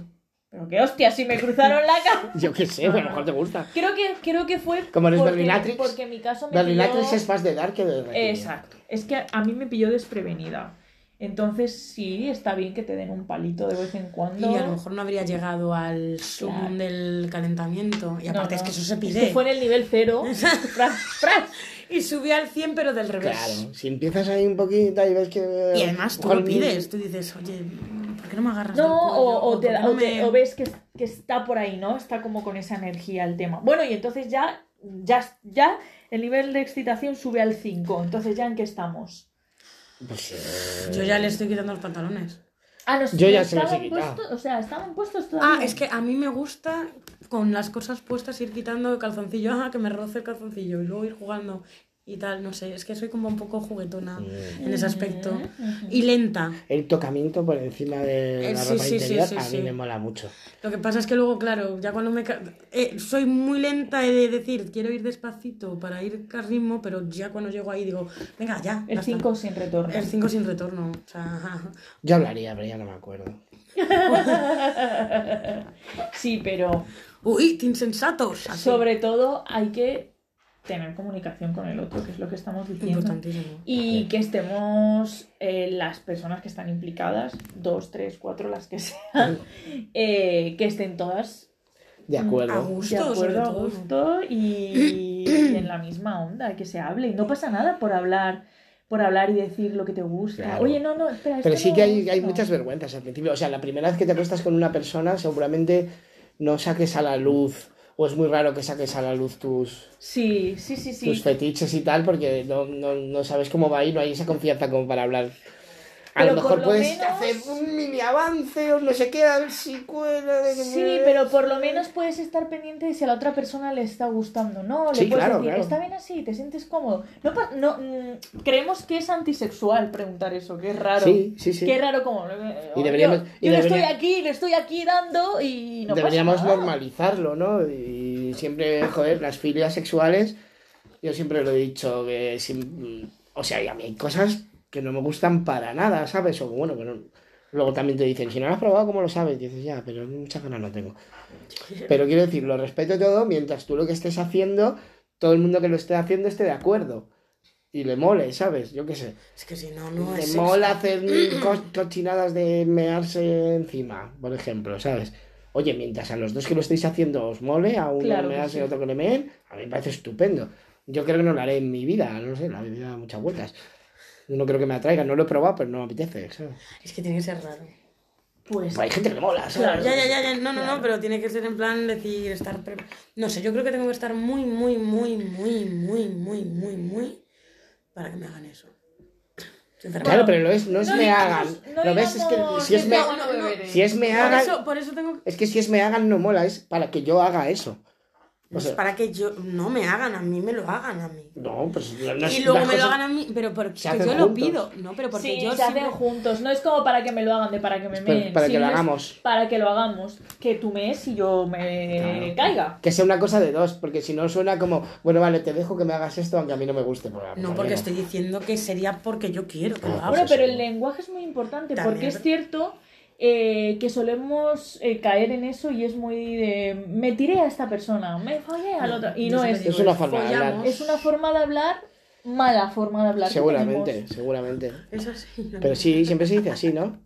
S1: Pero qué hostia, si me cruzaron la cara.
S3: Yo qué sé, a lo mejor te gusta.
S1: Creo que, creo que fue
S3: Como eres
S1: porque,
S3: Berlinatrix,
S1: porque en mi caso me
S3: Berlinatrix
S1: pilló-
S3: es más de dar que de recibir.
S1: Exacto. Es que a mí me pilló desprevenida. Entonces sí, está bien que te den un palito de vez en cuando.
S2: y a lo mejor no habría llegado al sumum
S1: Claro.
S2: del calentamiento. Y aparte
S1: No,
S2: es
S1: no.
S2: que eso se
S1: Es
S2: pide.
S1: que fue en el nivel
S2: [laughs]
S1: cero. Fras, fras.
S2: Y subí al 100, pero del revés.
S3: Claro, si empiezas ahí un poquito y ves que...
S2: Y además tú
S3: Ojo,
S2: lo pides, tú dices, oye, ¿por qué no me agarras? del
S1: No,
S2: cuello?
S1: o, o
S2: ¿Por
S1: te-
S2: qué no
S1: o te-
S2: me-
S1: o ves que, que está por ahí, ¿no? Está como con esa energía el tema. Bueno, y entonces ya, ya, ya el nivel de excitación sube al 5. Entonces ya en qué estamos.
S3: Pues, eh,
S2: Yo ya le estoy quitando los pantalones.
S1: Ah, no,
S3: Yo ya
S1: no
S3: se los he
S1: estaban
S3: quitado.
S1: puestos- O sea, estaban puestos todavía.
S2: Ah, es que a mí me gusta con las cosas puestas ir quitando el calzoncillo, ah, que me roce el calzoncillo y luego ir jugando y tal, no sé, es que soy como un poco juguetona en ese aspecto. Y lenta.
S3: mm, El tocamiento por encima de
S2: Eh,
S3: la
S2: sí,
S3: ropa
S2: sí, sí,
S3: interior
S2: sí,
S3: a mí
S2: sí.
S3: me mola mucho.
S2: Lo que pasa es que luego, claro, ya cuando me... ca- eh, soy muy lenta he de decir, quiero ir despacito para ir a ritmo, pero ya cuando llego ahí digo, venga, ya.
S1: El
S2: basta".
S1: 5 sin retorno.
S2: El 5 sin retorno. O sea, [laughs]
S3: Yo hablaría, pero ya no me acuerdo.
S1: Sí, pero
S2: uy, qué
S3: Ah,
S2: insensatos. Ah, Así.
S1: sobre todo hay que tener comunicación con el otro, que es lo que estamos diciendo.
S2: Importantísimo.
S1: Y que estemos eh, las personas que están implicadas, dos, tres, cuatro, las que sean, [laughs] eh, que estén todas
S3: De
S2: A
S3: acuerdo.
S1: de
S2: gusto, sobre
S1: acuerdo a
S2: todo.
S1: gusto y, y en la misma onda, que se hable. Y no pasa nada por hablar por hablar y decir lo que te gusta.
S3: Claro.
S1: Oye, no, no, espera,
S3: Pero
S1: esto
S3: sí
S1: no
S3: que
S1: me
S3: hay, hay
S1: gusta.
S3: muchas vergüenzas al principio. O sea, la primera vez que te acuestas con una persona, seguramente no saques a la luz, o es muy raro que saques a la luz tus,
S1: Sí, sí, sí, sí.
S3: tus fetiches y tal, porque no, no, no sabes cómo va a ir, no hay esa confianza como para hablar. A
S1: Pero
S3: lo
S1: por lo
S3: mejor puedes
S1: menos-
S3: hacer un mini avance o no sé qué, a ver si cuela. de-
S1: Sí, pero por lo menos puedes estar pendiente de si a la otra persona le está gustando, ¿no? Le
S3: Sí,
S1: puedes
S3: claro,
S1: decir,
S3: claro.
S1: está bien así, te sientes cómodo. No, pa- no, mm, creemos que es antisexual preguntar eso, que es raro.
S3: Sí, sí, sí.
S1: Qué raro como... yo-
S3: deberíamos-
S1: Yo,
S3: y
S1: le
S3: debería-
S1: estoy aquí, le estoy aquí dando y no
S3: Deberíamos
S1: pasa nada.
S3: normalizarlo, ¿no? Y siempre, joder, las filias sexuales, yo siempre lo he dicho, que sin- o sea, y a mí hay cosas que no me gustan para nada, ¿sabes? O bueno, pero luego también te dicen, si no lo has probado, ¿cómo lo sabes? dices, ya, pero muchas ganas no tengo. Pero quiero decir, lo respeto todo, mientras tú lo que estés haciendo, todo el mundo que lo esté haciendo esté de acuerdo. Y le mole, ¿sabes? Yo qué sé.
S2: Es que si no, no
S3: Le
S2: es.
S3: mola hacer
S2: [clears throat]
S3: co- cochinadas de mearse encima, por ejemplo, ¿sabes? Oye, mientras a los dos que lo estáis haciendo os mole, a uno
S1: Claro que
S3: mearse y
S1: sí.
S3: a otro que le meen, a mí me parece estupendo. Yo creo que no lo haré en mi vida, no sé, la vida da muchas vueltas. No creo que me atraiga, no lo he probado, pero no me apetece, ¿sabes?
S2: Es que tiene que ser raro.
S1: Pues
S3: Pero hay gente que le mola, ¿sabes?
S1: Claro,
S2: Ya, ya, ya, ya. No, no, no, pero tiene que ser en plan decir, estar. pre- No sé, yo creo que tengo que estar muy, muy, muy, muy, muy, muy, muy, muy. para que me hagan eso. Sinceramente.
S3: Claro, pero lo es, no es
S1: No
S3: me
S1: digamos-
S3: hagan.
S1: no
S3: lo ves, es que
S1: digamos
S3: si es
S1: que
S3: me,
S1: no, no, no.
S3: si es me
S2: Por
S3: hagan,
S2: eso, por eso tengo.
S3: es que si es me hagan no mola, es para que yo haga eso. O sea,
S2: para que yo. No me hagan, a mí me lo hagan a mí.
S3: no, pues no
S2: y
S3: es-
S2: luego
S3: las
S2: me lo
S3: cosas-
S2: hagan a mí. Pero porque
S3: Se hacen
S2: yo lo
S3: juntos.
S2: pido. No, pero porque
S1: sí,
S2: yo.
S1: se
S2: siempre-
S1: hacen juntos, no es como para que me lo hagan, de para que me
S3: Es pa-
S1: meen,
S3: para que
S1: sino
S3: lo
S1: es
S3: hagamos.
S1: Para que lo hagamos, que tú mees y yo me
S3: Claro.
S1: caiga.
S3: Que sea una cosa de dos, porque si no suena como, bueno, vale, te dejo que me hagas esto aunque a mí no me guste. pues,
S2: No,
S3: vale,
S2: porque
S1: este
S2: estoy diciendo que sería porque yo quiero que lo
S3: Ah,
S2: hagan.
S1: Ahora,
S3: Pues eso.
S1: pero el lenguaje es muy importante
S2: También.
S1: porque es cierto eh, que solemos eh, caer en eso y es muy de me tiré a esta persona, me fallé al otro. Y
S2: Yo
S1: no
S2: siempre
S1: es.
S2: digo
S3: Es una
S2: eso,
S3: forma de hablar.
S2: follamos.
S1: Es una forma de hablar, mala forma de hablar. que
S3: Seguramente,
S1: tenemos.
S3: seguramente.
S2: Es así.
S3: Pero sí, siempre se dice así, ¿no?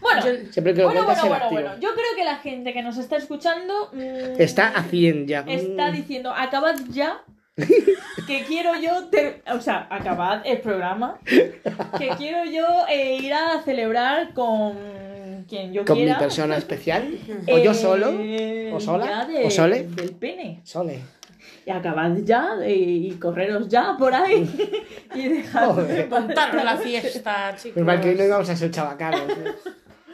S1: Bueno,
S2: Yo-
S3: Siempre que lo
S1: bueno, bueno,
S3: cuentas se
S1: bueno,
S3: activa.
S1: bueno. Yo creo que la gente que nos está escuchando mm,
S3: Está a 100 ya. Mm.
S1: está diciendo, acabad
S3: [laughs]
S1: ya. Que quiero yo, ter- o sea, acabad el programa. Que quiero yo eh, ir a celebrar con quien yo
S3: Con mi
S1: quiera.
S3: persona especial. O yo
S1: Eh,
S3: solo.
S1: el
S3: O sola,
S1: día de-
S3: o sole.
S1: Del pene.
S3: Sole.
S1: Y acabad ya eh, y correros ya por
S3: [laughs]
S1: ahí. [laughs] y dejad.
S3: Joder.
S2: Contaros la fiesta, chicos.
S3: Pero mal que hoy no íbamos a ser chavacanos. ¿eh?
S1: [laughs]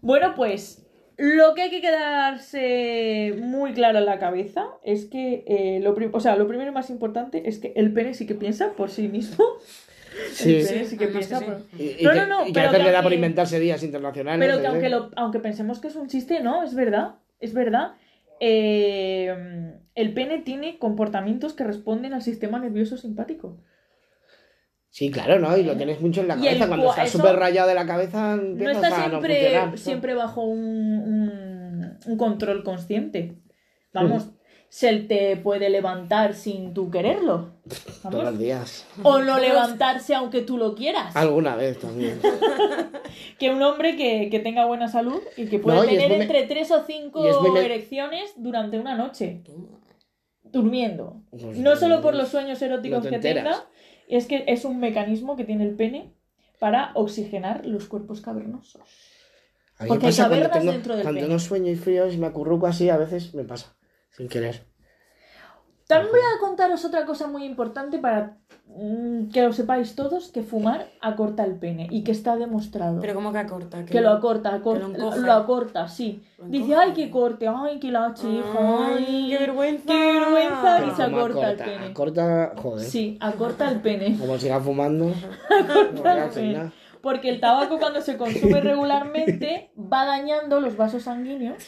S1: Bueno, pues lo que hay que quedarse muy claro en la cabeza es que eh, lo, prim- o sea, lo primero y más importante es que el pene sí que piensa por sí mismo.
S3: Sí.
S1: El pene sí que
S2: además
S1: piensa
S2: que sí.
S1: por-
S3: Y, y
S1: No,
S3: que,
S1: no, no,
S3: y que
S1: pero
S3: a veces
S1: que
S3: le da por
S1: aunque-
S3: inventarse días internacionales.
S1: Pero que
S3: ¿eh?
S1: aunque, lo, aunque pensemos que es un chiste, no, es verdad, es verdad. eh, el pene tiene comportamientos que responden al sistema nervioso simpático.
S3: Sí, claro, ¿no? Y lo tenés mucho en la
S1: Y
S3: cabeza.
S1: el
S3: Cuando
S1: cua-
S3: estás
S1: eso-
S3: súper rayado de la cabeza,
S1: No
S3: empiezas
S1: está
S3: a no
S1: siempre,
S3: funcionar, ¿no?
S1: siempre bajo un, un- un control consciente. Vamos, se te puede levantar sin tú quererlo.
S3: Todos los
S1: Vamos.
S3: días.
S1: O no levantarse aunque tú lo quieras.
S3: Alguna vez también.
S1: Que un hombre que, que tenga buena salud y que pueda
S3: No, y es
S1: tener
S3: muy me-
S1: entre tres o cinco
S3: y es muy me-
S1: erecciones durante una noche,
S2: Toma.
S1: durmiendo. [laughs]
S3: Pues,
S1: No solo por los sueños
S3: no
S1: eróticos
S3: te
S1: que
S3: enteras.
S1: tenga, es que es un mecanismo que tiene el pene para oxigenar los cuerpos cavernosos.
S3: A mí me
S1: porque hay
S3: pasa cuando
S1: cavernas
S3: tengo,
S1: dentro del
S3: cuando
S1: pene.
S3: tengo sueño y frío, si me acurruco así, a veces me pasa. Sin querer.
S1: También voy a contaros otra cosa muy importante para mm, que lo sepáis todos, que fumar acorta el pene y que está demostrado.
S2: Pero como que acorta.
S1: Que lo acorta, acorta,
S2: lo
S1: lo,
S2: encoge.
S1: acorta, sí.
S2: Lo
S1: Dice,
S2: encoge.
S1: ay, qué corte, ay, qué lache, hijo,
S2: Ay,
S1: ay,
S2: qué vergüenza.
S1: qué vergüenza.
S3: Pero
S1: se
S3: como
S1: acorta el pene.
S3: Acorta, joder.
S1: Sí, acorta el pene.
S3: Como
S1: [laughs]
S3: siga fumando. no voy a
S1: el
S3: hacer
S1: pene.
S3: nada.
S1: Porque el tabaco cuando se consume
S3: [laughs]
S1: regularmente va dañando los vasos sanguíneos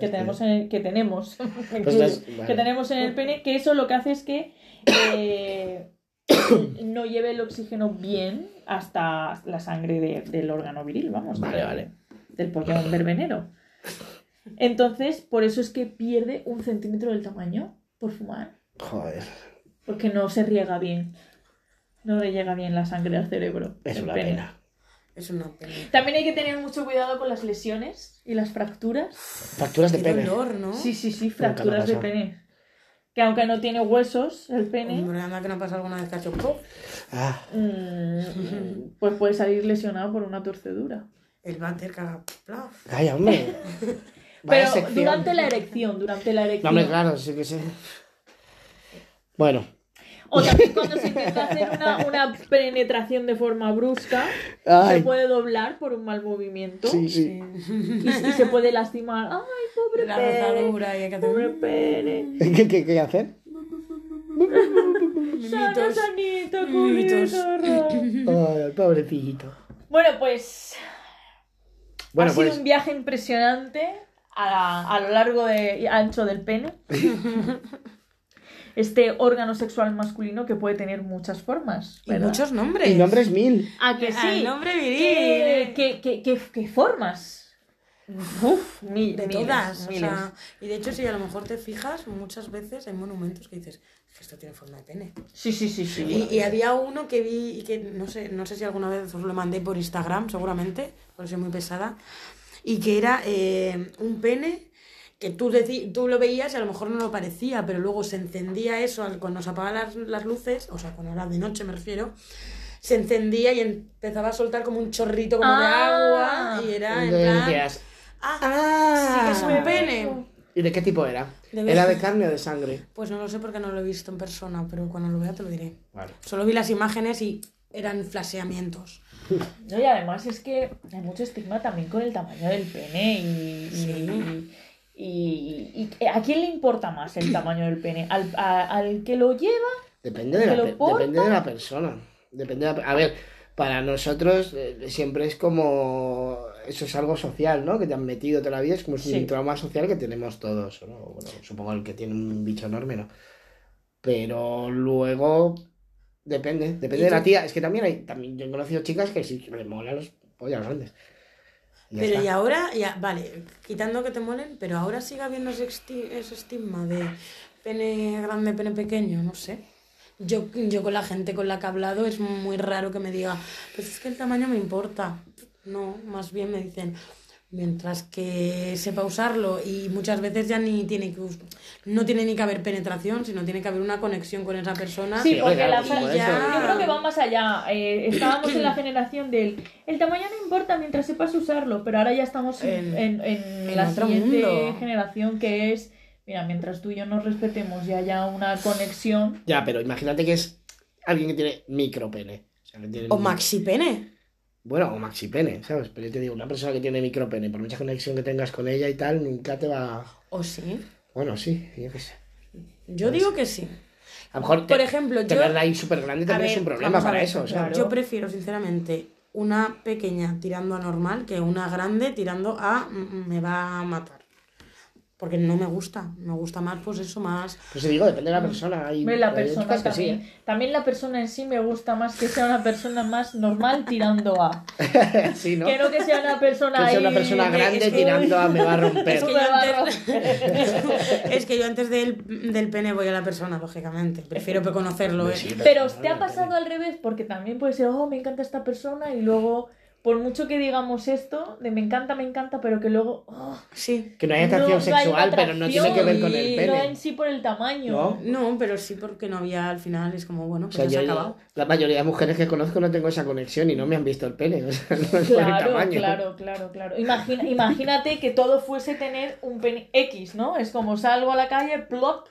S1: que tenemos en el, que tenemos [laughs] me
S3: Pues
S1: incluyo,
S3: las- vale.
S1: que tenemos en el pene, que eso lo que hace es que eh, [coughs] no lleve el oxígeno bien hasta la sangre de- del órgano viril, vamos.
S3: Vale,
S1: del-
S3: vale.
S1: Del pulmón verbenero. Entonces, por eso es que pierde un centímetro del tamaño por fumar,
S3: Joder.
S1: porque no se riega bien. No le llega bien la sangre al cerebro.
S3: Es
S1: del
S3: una
S1: pene.
S3: pena.
S2: Es una pena.
S1: También hay que tener mucho cuidado con las lesiones y las fracturas.
S3: Facturas de
S2: Qué
S3: pene.
S2: dolor, ¿no?
S1: Sí, sí, sí,
S3: me ha
S1: fracturas de
S3: pasado.
S1: pene. Que aunque no tiene huesos el pene,
S2: Hombre, anda que no ha pasado alguna vez que ha hecho ¡pop!
S3: Ah,
S1: mm, pues puede salir lesionado por una torcedura.
S2: El váter caga. plaf.
S1: [laughs]
S3: calla, hombre. Vaya
S1: Pero
S3: sección.
S1: durante la erección, durante la
S3: No,
S1: erección.
S3: hombre, claro, sí que sé. Bueno.
S1: O también cuando se intenta hacer una, una penetración de forma brusca,
S3: Ay,
S1: se puede doblar por un mal movimiento
S3: sí, sí.
S1: y, y se puede lastimar. ¡Ay, pobre
S2: La
S1: pene!
S2: rozadura y hay que
S1: ¡Pobre
S2: hacer
S1: pene!
S3: [laughs] ¿Qué, qué, qué hacer?
S1: [laughs]
S2: Mm,
S1: ¡Sana,
S2: mimitos.
S1: sanita,
S2: Mimitos.
S1: curioso!
S3: Ay, pobrecito.
S1: Bueno, pues
S3: Bueno,
S1: ha sido
S3: pues.
S1: un viaje impresionante
S2: Ah.
S1: a, a lo largo de, y ancho del pene. este órgano sexual masculino que puede tener muchas formas.
S2: Y
S1: ¿verdad?
S2: muchos nombres.
S3: Mi nombre es Mil.
S1: ¿A que
S2: Ah,
S1: sí?
S2: el nombre viril.
S1: ¿Qué, qué- qué- qué- qué formas? Uf, mi-
S2: De
S1: miles,
S2: todas, o
S1: miles.
S2: sea, y de hecho si a lo mejor te fijas, muchas veces hay monumentos que dices, "Es que esto tiene forma de pene.
S1: Sí, sí, sí, sí.
S2: Y, y había uno que vi y que no sé, no sé si alguna vez os lo mandé por Instagram, seguramente, porque soy muy pesada, y que era eh, un pene que tú, deci- tú lo veías y a lo mejor no lo parecía, pero luego se encendía eso al- cuando se apagaban las, las luces, o sea, cuando era de noche me refiero, se encendía y empezaba a soltar como un chorrito como
S1: Ah.
S2: de agua y era en
S3: Y
S2: plan...
S3: decías,
S2: Ah, sí que es
S3: Ah.
S2: un pene.
S3: ¿Y de qué tipo era?
S2: De
S3: ¿Era
S2: ver-
S3: de carne o de sangre?
S2: Pues no lo sé porque no lo he visto en persona, pero cuando lo vea te lo diré.
S3: Vale.
S2: Solo vi las imágenes y eran flaseamientos.
S1: No, y además es que hay mucho estigma también con el tamaño del pene y... y- y- y- y- ¿A quién le importa más el tamaño del pene? ¿Al, a- al que lo lleva?
S3: Depende de, la,
S1: ¿Que lo
S3: pe-
S1: porta?
S3: depende de la persona. Depende de la pe- a ver, para nosotros eh, siempre es como... Eso es algo social, ¿no? Que te han metido toda la vida. Es como
S1: Sí.
S3: un trauma social que tenemos todos. ¿no? Bueno, supongo el que tiene un bicho enorme, ¿no? Pero luego... Depende, depende
S2: ¿Y
S3: de la
S2: tú?
S3: tía. Es que también hay... También yo he conocido chicas que sí, que les molan los pollas grandes. Y ya
S2: pero
S3: está.
S2: y ahora, ya, vale, quitando que te molen, pero ahora sigue habiendo ese, esti- ese estigma de pene grande, pene pequeño, no sé. Yo, yo con la gente con la que he hablado es muy raro que me diga, pues es que el tamaño me importa. No, más bien me dicen, mientras que sepa usarlo y muchas veces ya ni tiene que us- no tiene ni que haber penetración, sino tiene que haber una conexión con esa persona.
S1: Sí,
S3: Sí,
S1: porque
S3: claro,
S1: la
S3: Ah, por
S1: frase...
S2: eso.
S1: Yo creo que va más allá. Eh, estábamos
S3: [coughs]
S1: en la generación del... El tamaño no importa mientras sepas usarlo, pero ahora ya estamos en, en,
S2: En-
S1: en
S2: en
S1: la
S2: otro
S1: siguiente
S2: mundo.
S1: generación que es... Mira, mientras tú y yo nos respetemos y haya una conexión...
S3: Ya, pero imagínate que es alguien que tiene micropene. O, sea, que tiene
S2: O
S3: un-
S2: maxi pene.
S3: Bueno, o maxi pene, ¿sabes? Pero yo te digo, una persona que tiene micropene, por mucha conexión que tengas con ella y tal, nunca te va.
S2: ¿O sí?
S3: Bueno, sí, yo qué sé.
S2: Yo digo que sí.
S3: A lo Pues mejor te,
S2: Por ejemplo,
S3: te
S2: yo-
S3: verla ahí súper grande
S2: A
S3: también
S2: ver,
S3: es un problema
S2: vamos a
S3: para
S2: ver,
S3: eso, ¿sabes?
S1: claro.
S2: Yo prefiero, sinceramente, una pequeña tirando a normal que una grande tirando a mm, mm, me va a matar. Porque no me gusta. Me gusta más, pues eso,
S3: [laughs]
S2: más.
S3: Pues digo, depende de la persona. Hay,
S1: Hombre, la
S3: hay
S1: persona
S3: chicas que sí, ¿eh?
S1: también. También la persona en sí me gusta más que sea una persona más normal tirando a.
S3: ¿eh? Sí, ¿no?
S1: Que no que sea una persona
S3: Que sea una
S1: ahí-
S3: persona
S2: es
S3: grande
S2: que-
S3: tirando a me va a romper.
S2: Es que, yo antes, es que yo antes del, del pene voy a la persona, lógicamente. Prefiero conocerlo. ¿eh?
S3: Sí,
S1: Pero
S3: no,
S1: ¿te ha
S3: no,
S1: pasado al revés? Porque también puede ser, oh, me encanta esta persona y luego, por mucho que digamos esto, de me encanta, me encanta, pero que luego... oh,
S2: Sí.
S3: Que no hay
S1: No,
S3: atracción
S1: no hay
S3: sexual, pero no
S1: atracción
S3: tiene que ver con el
S2: y
S1: no en
S3: pene.
S1: sí por el tamaño.
S3: ¿No? [laughs]
S2: No, pero sí porque no había al final. Es como, bueno,
S3: O
S2: pues
S3: sea,
S2: ya se ha
S3: yo-
S2: acabado.
S3: la mayoría de mujeres que conozco no tengo esa conexión y no me han visto el pene. [laughs] O sea, no es por el
S1: Claro,
S3: tamaño.
S1: claro, claro, claro. Imagina, imagínate que todo fuese tener un pene X, ¿no? Es como salgo a la calle, plop,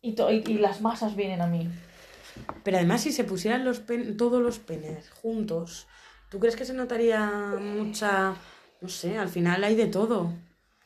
S1: y, to- y, y las masas vienen a mí.
S2: Pero además, si se pusieran los pen- todos los penes juntos, ¿tú crees que se notaría mucha.? No sé, al final hay de todo.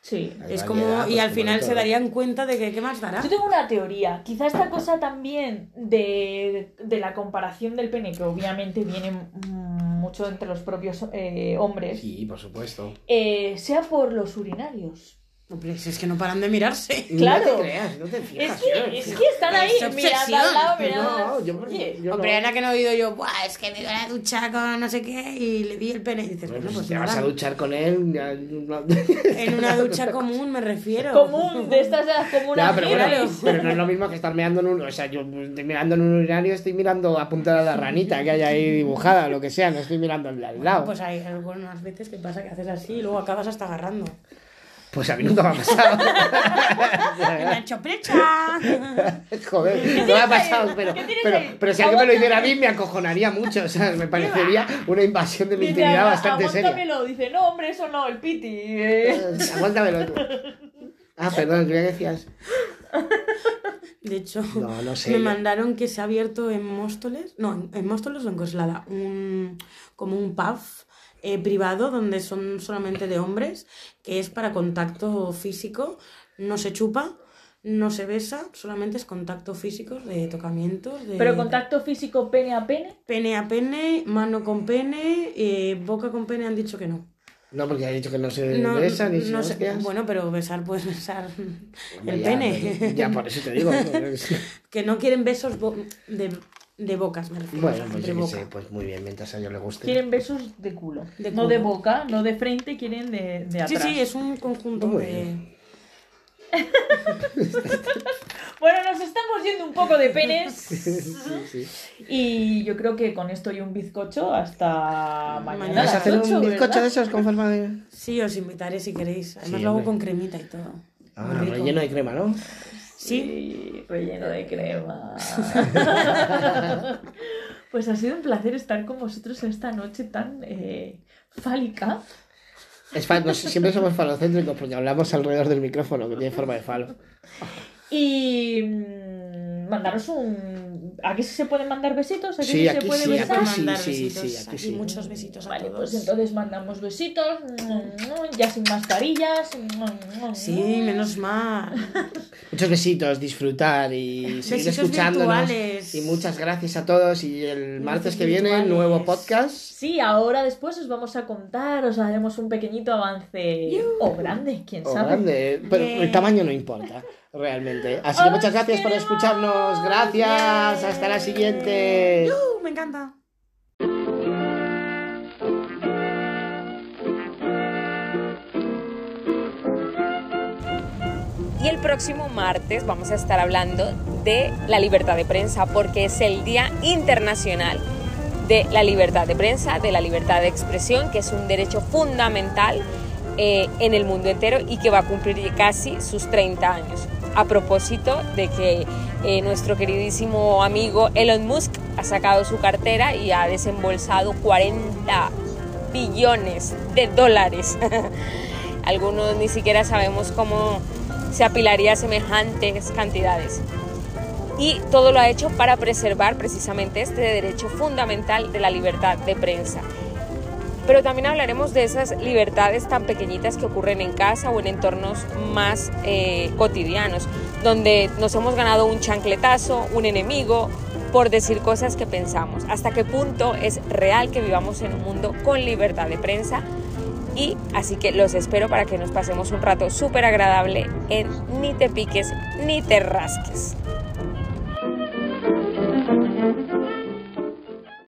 S1: Sí.
S3: Hay
S2: es
S3: variedad,
S2: como.
S3: pues,
S2: y al
S3: como
S2: final
S3: de
S2: se
S3: todo.
S2: darían cuenta de que qué más dará.
S1: Yo tengo una teoría. Quizá esta cosa también de, de la comparación del pene, que obviamente viene mm, mucho entre los propios eh, hombres,
S3: Sí, por supuesto.
S1: eh, sea por los urinarios.
S2: Hombre, si es que no paran de mirarse.
S1: Claro.
S3: No te creas, no te
S1: Es
S3: fijas. yo no me
S1: que, es
S3: fijo.
S1: que están ahí,
S2: Es
S1: mirando al
S2: obsesión.
S1: lado, mirando al
S3: No,
S1: lado.
S3: yo,
S1: Oye,
S3: [laughs] yo no.
S2: Hombre, ahora que no he oído yo, Buah, es que me dio la ducha con no sé qué y le vi el pene. Y dices,
S3: Bueno,
S2: bueno, pues
S3: pues te vas
S2: nada.
S3: a duchar con él. ya, no-
S2: [laughs] En una ducha común me refiero.
S3: [laughs]
S1: común, de estas de las comunas
S3: Ya, pero bueno,
S1: hippies.
S3: pero no es lo mismo que estar mirando en un. O sea, yo estoy mirando en un urinario, estoy mirando apuntada a la ranita que hay ahí dibujada, lo que sea, no estoy mirando al de al lado.
S2: Pues hay algunas veces que pasa que haces así y luego acabas hasta agarrando.
S3: Pues a mí nunca me ha pasado. [laughs]
S2: [laughs] ¡La chopecha!
S3: Joder, no me ha pasado,
S1: ahí?
S3: pero,
S1: ¿Qué tienes
S3: pero,
S1: ahí?
S3: pero si alguien me lo
S1: Aguántame.
S3: hiciera a mí me acojonaría mucho, o sea, me parecería una invasión de mi
S1: Dice,
S3: intimidad
S1: "Aga-
S3: bastante seria.
S1: aguántamelo", dice, no, hombre, eso no, el piti. eh.
S3: Eh, [laughs] Aguántamelo tú. Ah, perdón, creía que decías.
S2: De hecho,
S3: No, no sé.
S2: me mandaron que se ha abierto en Móstoles, no, en- en Móstoles o en Coslada, un, como un pub eh, privado donde son solamente de hombres, que es para contacto físico, no se chupa, no se besa, solamente es contacto físico de tocamientos. De...
S1: Pero contacto físico pene a pene.
S2: Pene a pene, mano con pene, eh, boca con pene han dicho que no.
S3: No, porque has dicho que no se
S2: No,
S3: besa ni se
S2: no sé-
S3: hostias.
S2: Bueno, pero besar puedes besar [laughs]
S3: Hombre,
S2: el
S3: ya,
S2: pene.
S3: pero- Ya, por eso
S2: [laughs]
S3: te digo. ¿no?
S2: Que no quieren besos bo- de, de bocas, me refiero.
S3: Bueno, pues
S2: entre
S3: yo qué
S2: boca.
S3: sé, pues muy bien, mientras a ellos les guste.
S1: Quieren besos de culo.
S2: De
S1: No de
S2: culo.
S1: boca, no de frente, quieren de, de
S2: Sí,
S1: atrás.
S2: sí, es un conjunto
S3: Muy
S2: de...
S1: Bueno, nos estamos yendo un poco de penes.
S3: [laughs] Sí, sí.
S1: Y yo creo que con esto y un bizcocho hasta mañana.
S2: Mañana
S1: a
S3: ¿Vas
S1: las
S3: a hacer
S1: ocho,
S3: un
S1: ¿verdad?
S3: bizcocho de esos con forma de...?
S2: Sí, os invitaré si queréis. Además
S3: Sí,
S2: lo hago
S3: hombre.
S2: con cremita y todo.
S3: Ah,
S2: Muy rico.
S3: relleno de crema, ¿no?
S2: Sí,
S1: Sí, relleno de
S3: [laughs]
S1: crema. pues ha sido un placer estar con vosotros esta noche tan eh, fálica.
S3: Es fa- no sé, siempre somos falocéntricos porque hablamos alrededor del micrófono que tiene forma de falo.
S1: Y mm, mandaros un. ¿Aquí sí se pueden mandar besitos? ¿Aquí
S3: Sí,
S1: sí
S3: aquí
S1: se puede
S3: sí,
S1: besar?
S2: puedo
S3: sí,
S2: mandar
S3: sí,
S2: besitos
S3: sí, aquí
S2: y
S3: sí.
S2: muchos besitos a
S1: Vale,
S2: todos.
S1: pues entonces mandamos besitos. Mm, Ya sin mascarillas. Mm,
S2: Sí, menos mal.
S3: Muchos besitos, disfrutar y seguir
S2: Besitos
S3: escuchándonos.
S2: virtuales.
S3: Y muchas gracias a todos. Y el martes que viene,
S2: virtuales.
S3: nuevo podcast.
S1: Sí, ahora después os vamos a contar, os haremos un pequeñito avance. O grande, quién
S3: O
S1: sabe.
S3: Oh,
S1: Eh.
S3: grande, eh. pero el
S2: Bien.
S3: tamaño no importa, realmente. Así que
S1: Os
S3: muchas gracias por
S1: queremos.
S3: escucharnos. Gracias.
S1: Bien.
S3: Hasta la siguiente.
S2: ¡Yuhu! me encanta.
S5: Y el próximo martes vamos a estar hablando de la libertad de prensa, porque es el Día Internacional de la Libertad de Prensa, de la libertad de expresión, que es un derecho fundamental eh, en el mundo entero y que va a cumplir casi sus 30 años. A propósito de que eh, nuestro queridísimo amigo Elon Musk ha sacado su cartera y ha desembolsado 40 billones de dólares. Algunos ni siquiera sabemos cómo se apilaría semejantes cantidades. Y todo lo ha hecho para preservar precisamente este derecho fundamental de la libertad de prensa. Pero también hablaremos de esas libertades tan pequeñitas que ocurren en casa o en entornos más eh, cotidianos, donde nos hemos ganado un chancletazo, un enemigo, por decir cosas que pensamos. Hasta qué punto es real que vivamos en un mundo con libertad de prensa y Así que los espero para que nos pasemos un rato súper agradable en Ni te piques ni te rasques.